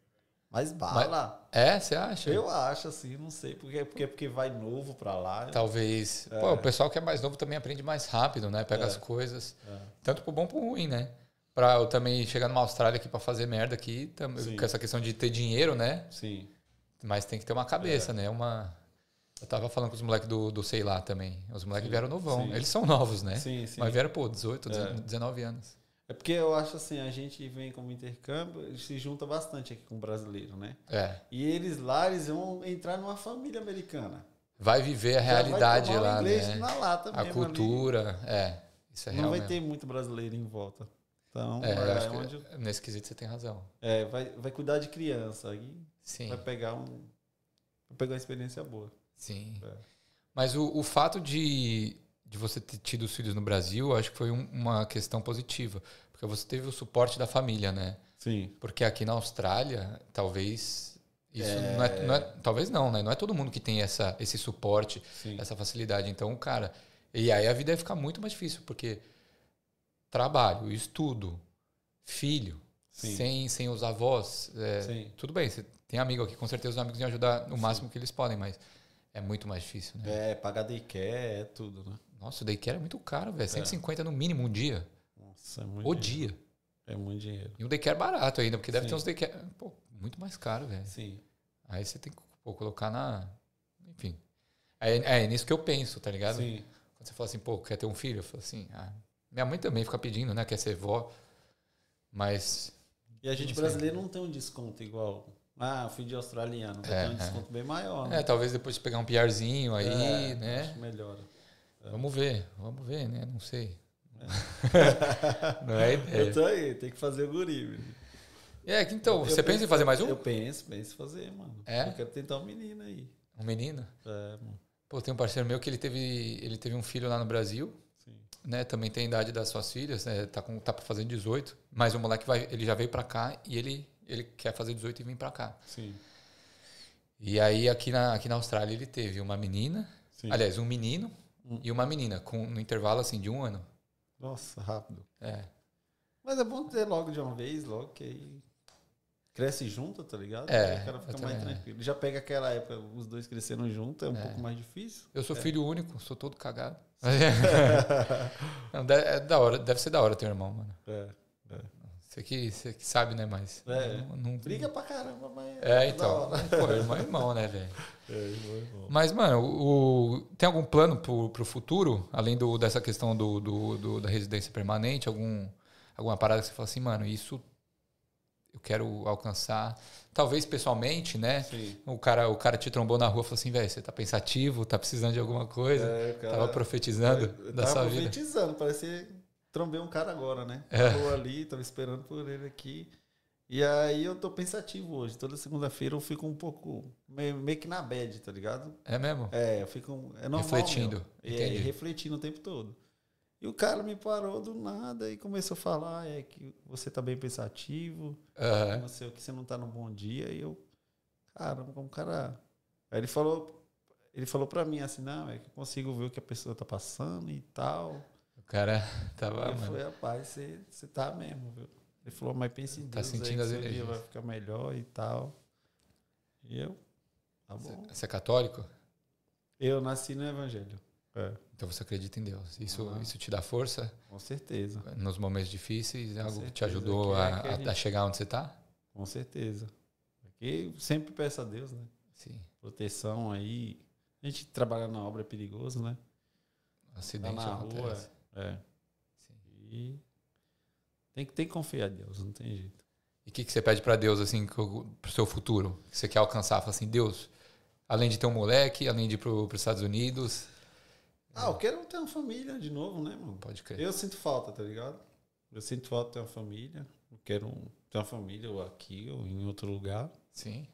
S1: Mais bala.
S2: É, você acha?
S1: Eu acho, assim, não sei. Porque, porque, porque vai novo pra lá. né?
S2: Então, Talvez. Pô, o pessoal que é mais novo também aprende mais rápido, né? Pega
S1: É.
S2: as coisas.
S1: É.
S2: Tanto pro bom pro ruim, né? Pra eu também chegar numa Austrália aqui pra fazer merda aqui, tam-
S1: Sim.
S2: com essa questão de ter dinheiro, né?
S1: É, Sim.
S2: Mas tem que ter uma cabeça,
S1: É.
S2: né? Uma. Eu tava falando com os moleques do, do Sei Lá também. Os moleques
S1: Sim,
S2: vieram novão.
S1: sim.
S2: Eles são novos, né?
S1: Sim, sim.
S2: Mas vieram, pô, 18,
S1: É.
S2: 19 anos.
S1: É porque eu acho assim, a gente vem como intercâmbio, ele se junta bastante aqui com o brasileiro, né?
S2: É.
S1: E eles lá, eles vão entrar numa família americana.
S2: Vai viver
S1: Já
S2: a
S1: vai
S2: realidade
S1: tomar o
S2: lá,
S1: inglês
S2: né?
S1: na lata
S2: A
S1: mesmo ali.
S2: cultura. É. Isso é
S1: Não
S2: real
S1: vai
S2: mesmo.
S1: ter muito brasileiro em volta. Então,
S2: É, eu
S1: é,
S2: acho que
S1: onde-
S2: nesse quesito você tem razão.
S1: é, vai, vai cuidar de criança. Aí
S2: Sim.
S1: vai pegar um. Vai pegar uma experiência boa.
S2: Sim.
S1: É.
S2: Mas o, o fato de, de você ter tido os filhos no Brasil, eu acho que foi um- uma questão positiva. Porque você teve o suporte da família, né?
S1: Sim.
S2: Porque aqui na Austrália, talvez. Isso não, é, não é- Talvez não, né? Não é todo mundo que tem essa, esse suporte,
S1: Sim.
S2: essa facilidade. Então, cara. E aí a vida ia ficar muito mais difícil, porque trabalho, estudo, filho,
S1: Sim.
S2: sem, sem os avós, é,
S1: Sim.
S2: tudo bem, você tem amigo aqui, com certeza os amigos iam ajudar o máximo que eles podem, mas é muito mais difícil, né?
S1: É, pagar daycare, é tudo, né?
S2: Nossa, o daycare é muito caro, velho. 150 no mínimo um dia.
S1: Nossa, é muito
S2: O
S1: dinheiro.
S2: dia.
S1: É muito dinheiro.
S2: E um daycare barato ainda, porque deve
S1: Sim.
S2: ter uns daycare. Pô, muito mais caro, velho.
S1: Sim.
S2: Aí você tem que pô, colocar na. Enfim. É, é nisso que eu penso, tá ligado?
S1: Sim.
S2: Quando você fala assim, pô, quer ter um filho? Eu falo assim, ah, minha mãe também fica pedindo, né? Quer ser vó. Mas.
S1: E a gente
S2: Não sei.
S1: brasileiro não tem um desconto igual. Ah, eu fui de australiano, vai
S2: É,
S1: ter um
S2: é.
S1: desconto bem maior, né?
S2: É, talvez depois de pegar um PRzinho aí,
S1: É,
S2: né?
S1: acho que melhora.
S2: Vamos ver, vamos ver, né? Não sei. <laughs> Não é ideia.
S1: Eu tô aí, tem que fazer o guri. menino.
S2: É, que então,
S1: Eu
S2: você pensa em
S1: penso-
S2: fazer mais um?
S1: Eu penso, penso em fazer, mano.
S2: É?
S1: Eu quero tentar um menino aí.
S2: Um menino?
S1: É, mano.
S2: Pô, tem um parceiro meu que ele teve, ele teve um filho lá no Brasil,
S1: Sim.
S2: né? Também tem a idade das suas filhas, né? Tá com tá fazendo 18, mas o moleque vai, ele já veio pra cá e ele ele quer fazer 18 e vir pra cá.
S1: Sim.
S2: E aí aqui na aqui na Austrália ele teve uma menina,
S1: Sim.
S2: aliás, um menino
S1: Hum.
S2: e uma menina com no intervalo assim de um ano.
S1: Nossa, rápido.
S2: É.
S1: Mas é bom ter logo de uma vez, logo que aí cresce junto, tá ligado?
S2: É,
S1: Aí o cara
S2: eu
S1: fica
S2: também
S1: mais
S2: acho.
S1: tranquilo. Já pega aquela época, os dois cresceram junto, é um
S2: É.
S1: pouco mais <laughs> difícil.
S2: Eu sou filho único, sou
S1: <laughs>
S2: todo cagado. <laughs> Não, de- é da hora, deve ser da hora ter um irmão, mano.
S1: É.
S2: Você que, você que sabe, né? Mas
S1: É.
S2: não, não
S1: Briga pra caramba, mas.
S2: É,
S1: da
S2: então.
S1: hora.
S2: Pô, irmão é irmão, né, velho? Mas, mano, o, o- tem algum plano pro, pro futuro, além do, dessa questão do, do- do- da residência permanente? Algum, alguma parada que você fala assim, mano, isso eu quero alcançar? Talvez pessoalmente, né?
S1: Sim.
S2: O cara, o cara te trombou na rua e falou assim, velho, você tá pensativo, tá precisando de alguma coisa.
S1: É, cara,
S2: Tava profetizando
S1: eu
S2: Né? da
S1: tava
S2: sua vida.
S1: profetizando, parece que trombei um cara agora, né?
S2: É.
S1: Tô ali, tava esperando por ele aqui. E aí eu tô pensativo hoje. Toda segunda-feira eu fico um pouco meio, meio que na bad, tá ligado?
S2: É mesmo?
S1: É, eu fico. É normal.
S2: Refletindo,
S1: meu. É,
S2: entendi.
S1: refletindo o tempo todo. E o cara me parou do nada e começou a falar: é que você tá bem pensativo,
S2: Aham.
S1: não sei o que, você não tá no bom dia. E eu, caramba, como o cara. Aí ele falou. Ele falou pra mim assim, não, é que eu consigo ver o que a pessoa tá passando e tal.
S2: O cara
S1: E
S2: tava,
S1: eu
S2: mano.
S1: falei, rapaz, você, você tá mesmo, viu? Ele falou, mas pense em
S2: Tá
S1: Deus
S2: sentindo
S1: aí,
S2: as
S1: que seu dia
S2: energias.
S1: vai ficar melhor e tal. E eu, tá bom.
S2: Você é católico?
S1: Eu nasci no evangelho. É,
S2: Então você acredita em Deus. Isso,
S1: Ah.
S2: isso te dá força
S1: com certeza,
S2: nos momentos difíceis? É algo que te
S1: certeza,
S2: ajudou
S1: que é
S2: a,
S1: que a
S2: a-
S1: gente-
S2: a chegar onde você tá?
S1: com certeza. Porque sempre peço a Deus, né?
S2: Sim.
S1: Proteção aí. A gente trabalhar na obra é perigoso, né? Tá
S2: um Acidente
S1: na
S2: acontece.
S1: rua. É.
S2: Sim.
S1: E tem que, tem que confiar em Deus, não tem jeito.
S2: E o que, que você pede pra Deus, assim, co- pro seu futuro? Que você quer alcançar? Fala assim, Deus, além de ter um moleque, além de ir pro, pros Estados Unidos,
S1: Ah, eu quero ter uma família de novo, né, mano?
S2: pode crer.
S1: Eu sinto falta, tá ligado? Eu sinto falta de ter uma família. Eu quero um- ter uma família ou aqui ou em outro lugar.
S2: Sim.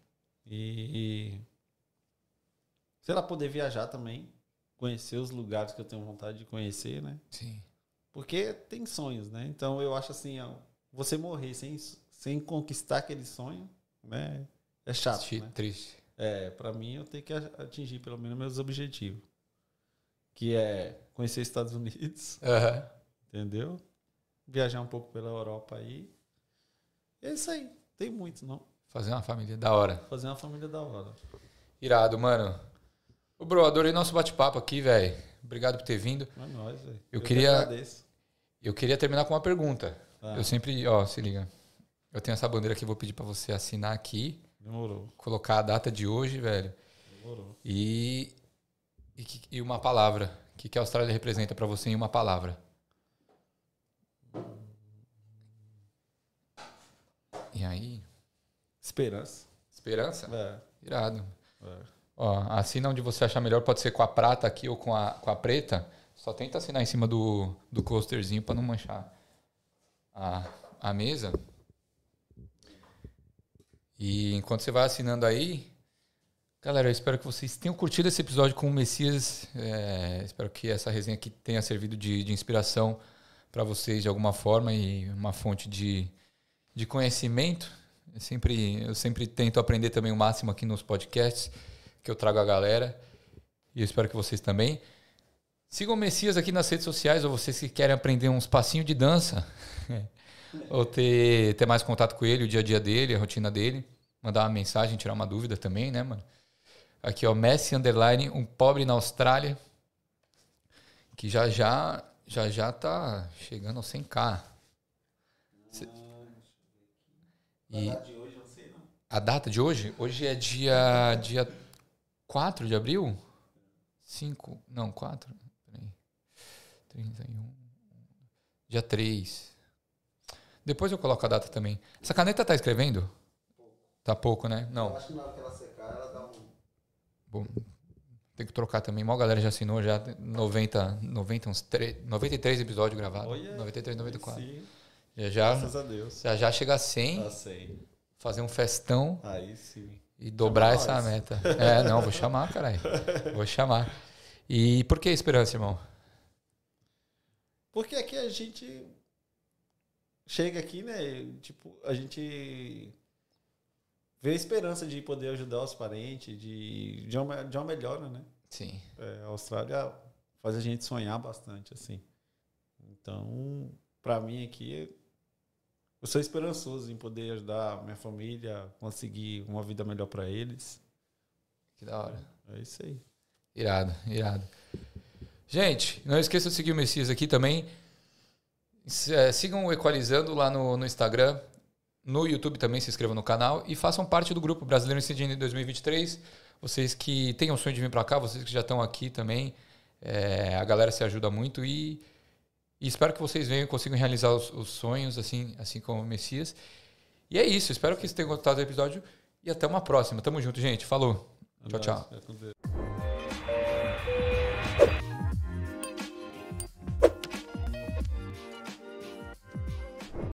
S1: E. e sei lá, poder viajar também. Conhecer os lugares que eu tenho vontade de conhecer, né?
S2: Sim.
S1: Porque tem sonhos, né? Então eu acho assim, ó, você morrer sem, sem conquistar aquele sonho, né? É chato,
S2: Ti-
S1: né?
S2: Triste.
S1: É, pra mim eu tenho que a- atingir pelo menos meus objetivos. Que é conhecer os Estados Unidos. <laughs>
S2: Aham.
S1: Entendeu? Viajar um pouco pela Europa aí. É isso aí. Tem muito, não.
S2: Fazer uma família da hora.
S1: Fazer uma família da hora.
S2: Irado, mano. Ô, bro, adorei nosso bate-papo aqui, velho. Obrigado por ter vindo.
S1: É nóis, velho.
S2: Eu
S1: que
S2: queria-
S1: agradeço.
S2: Eu queria terminar com uma pergunta.
S1: Ah,
S2: Eu sempre, ó, se liga. Eu tenho essa bandeira que eu vou pedir pra você assinar aqui,
S1: Demorou,
S2: colocar a data de hoje, velho,
S1: demorou.
S2: e e, que- e uma palavra. O que, que a Austrália representa pra você em uma palavra? E aí?
S1: Esperança.
S2: Esperança?
S1: É,
S2: Irado.
S1: é.
S2: Ó, assina onde você achar melhor, pode ser com a prata aqui ou com a, com a preta. Só tenta assinar em cima do, do coasterzinho para não manchar a, a mesa. E enquanto você vai assinando aí, galera, eu espero que vocês tenham curtido esse episódio com o Messias. É, espero que essa resenha aqui tenha servido de, de inspiração para vocês de alguma forma e uma fonte de, de conhecimento. Eu sempre, eu sempre tento aprender também o máximo aqui nos podcasts que eu trago a galera. E eu espero que vocês também. Sigam o Messias aqui nas redes sociais, ou vocês que querem aprender uns passinhos de dança, <laughs> ou ter, ter mais contato com ele, o dia a dia dele, a rotina dele. Mandar uma mensagem, tirar uma dúvida também, né, mano? Aqui, ó, Messi Underline, um pobre na Austrália, que já já, já já tá chegando aos 100k. Cê- E
S1: de hoje, eu não sei, não.
S2: a data de hoje? Hoje é dia, dia 4 de abril? 5, não, 4. Peraí. 31. Dia 3. Depois eu coloco a data também. Essa caneta tá escrevendo? Tá pouco, né? Não.
S1: acho que na hora que ela secar, ela dá um.
S2: Bom, tem que trocar também. Mal galera já assinou já 90, 90 uns tre- 93 episódios gravados.
S1: Olha,
S2: 93, 94.
S1: Sim,
S2: Já já,
S1: graças a Deus.
S2: já já chega a 100,
S1: Ah, sei.
S2: fazer um festão.
S1: Aí sim.
S2: E dobrar
S1: Chamar
S2: essa
S1: nós.
S2: meta. É, não, vou chamar, caralho. Vou chamar. E por que esperança, irmão?
S1: Porque aqui a gente chega aqui, né? Tipo, a gente vê a esperança de poder ajudar os parentes, de, de, uma, de uma melhora, né?
S2: Sim.
S1: É, a Austrália faz a gente sonhar bastante, assim. Então, pra mim aqui, eu sou esperançoso em poder ajudar minha família, a conseguir uma vida melhor pra eles.
S2: Que da hora.
S1: É isso aí.
S2: Irado, irado. Gente, não esqueça de seguir o Messias aqui também. S- eh, Sigam o Equalizando lá no, no Instagram, no YouTube também, se inscrevam no canal e façam parte do grupo Brasileiro em Sydney 2023, Vocês que têm o sonho de vir para cá, vocês que já estão aqui também, é, a galera se ajuda muito e, e espero que vocês venham e consigam realizar os, os sonhos, assim, assim como o Messias. E é isso, espero que vocês tenham gostado do episódio e até uma próxima. Tamo junto, gente. Falou. Tchau, tchau.
S1: É com Deus.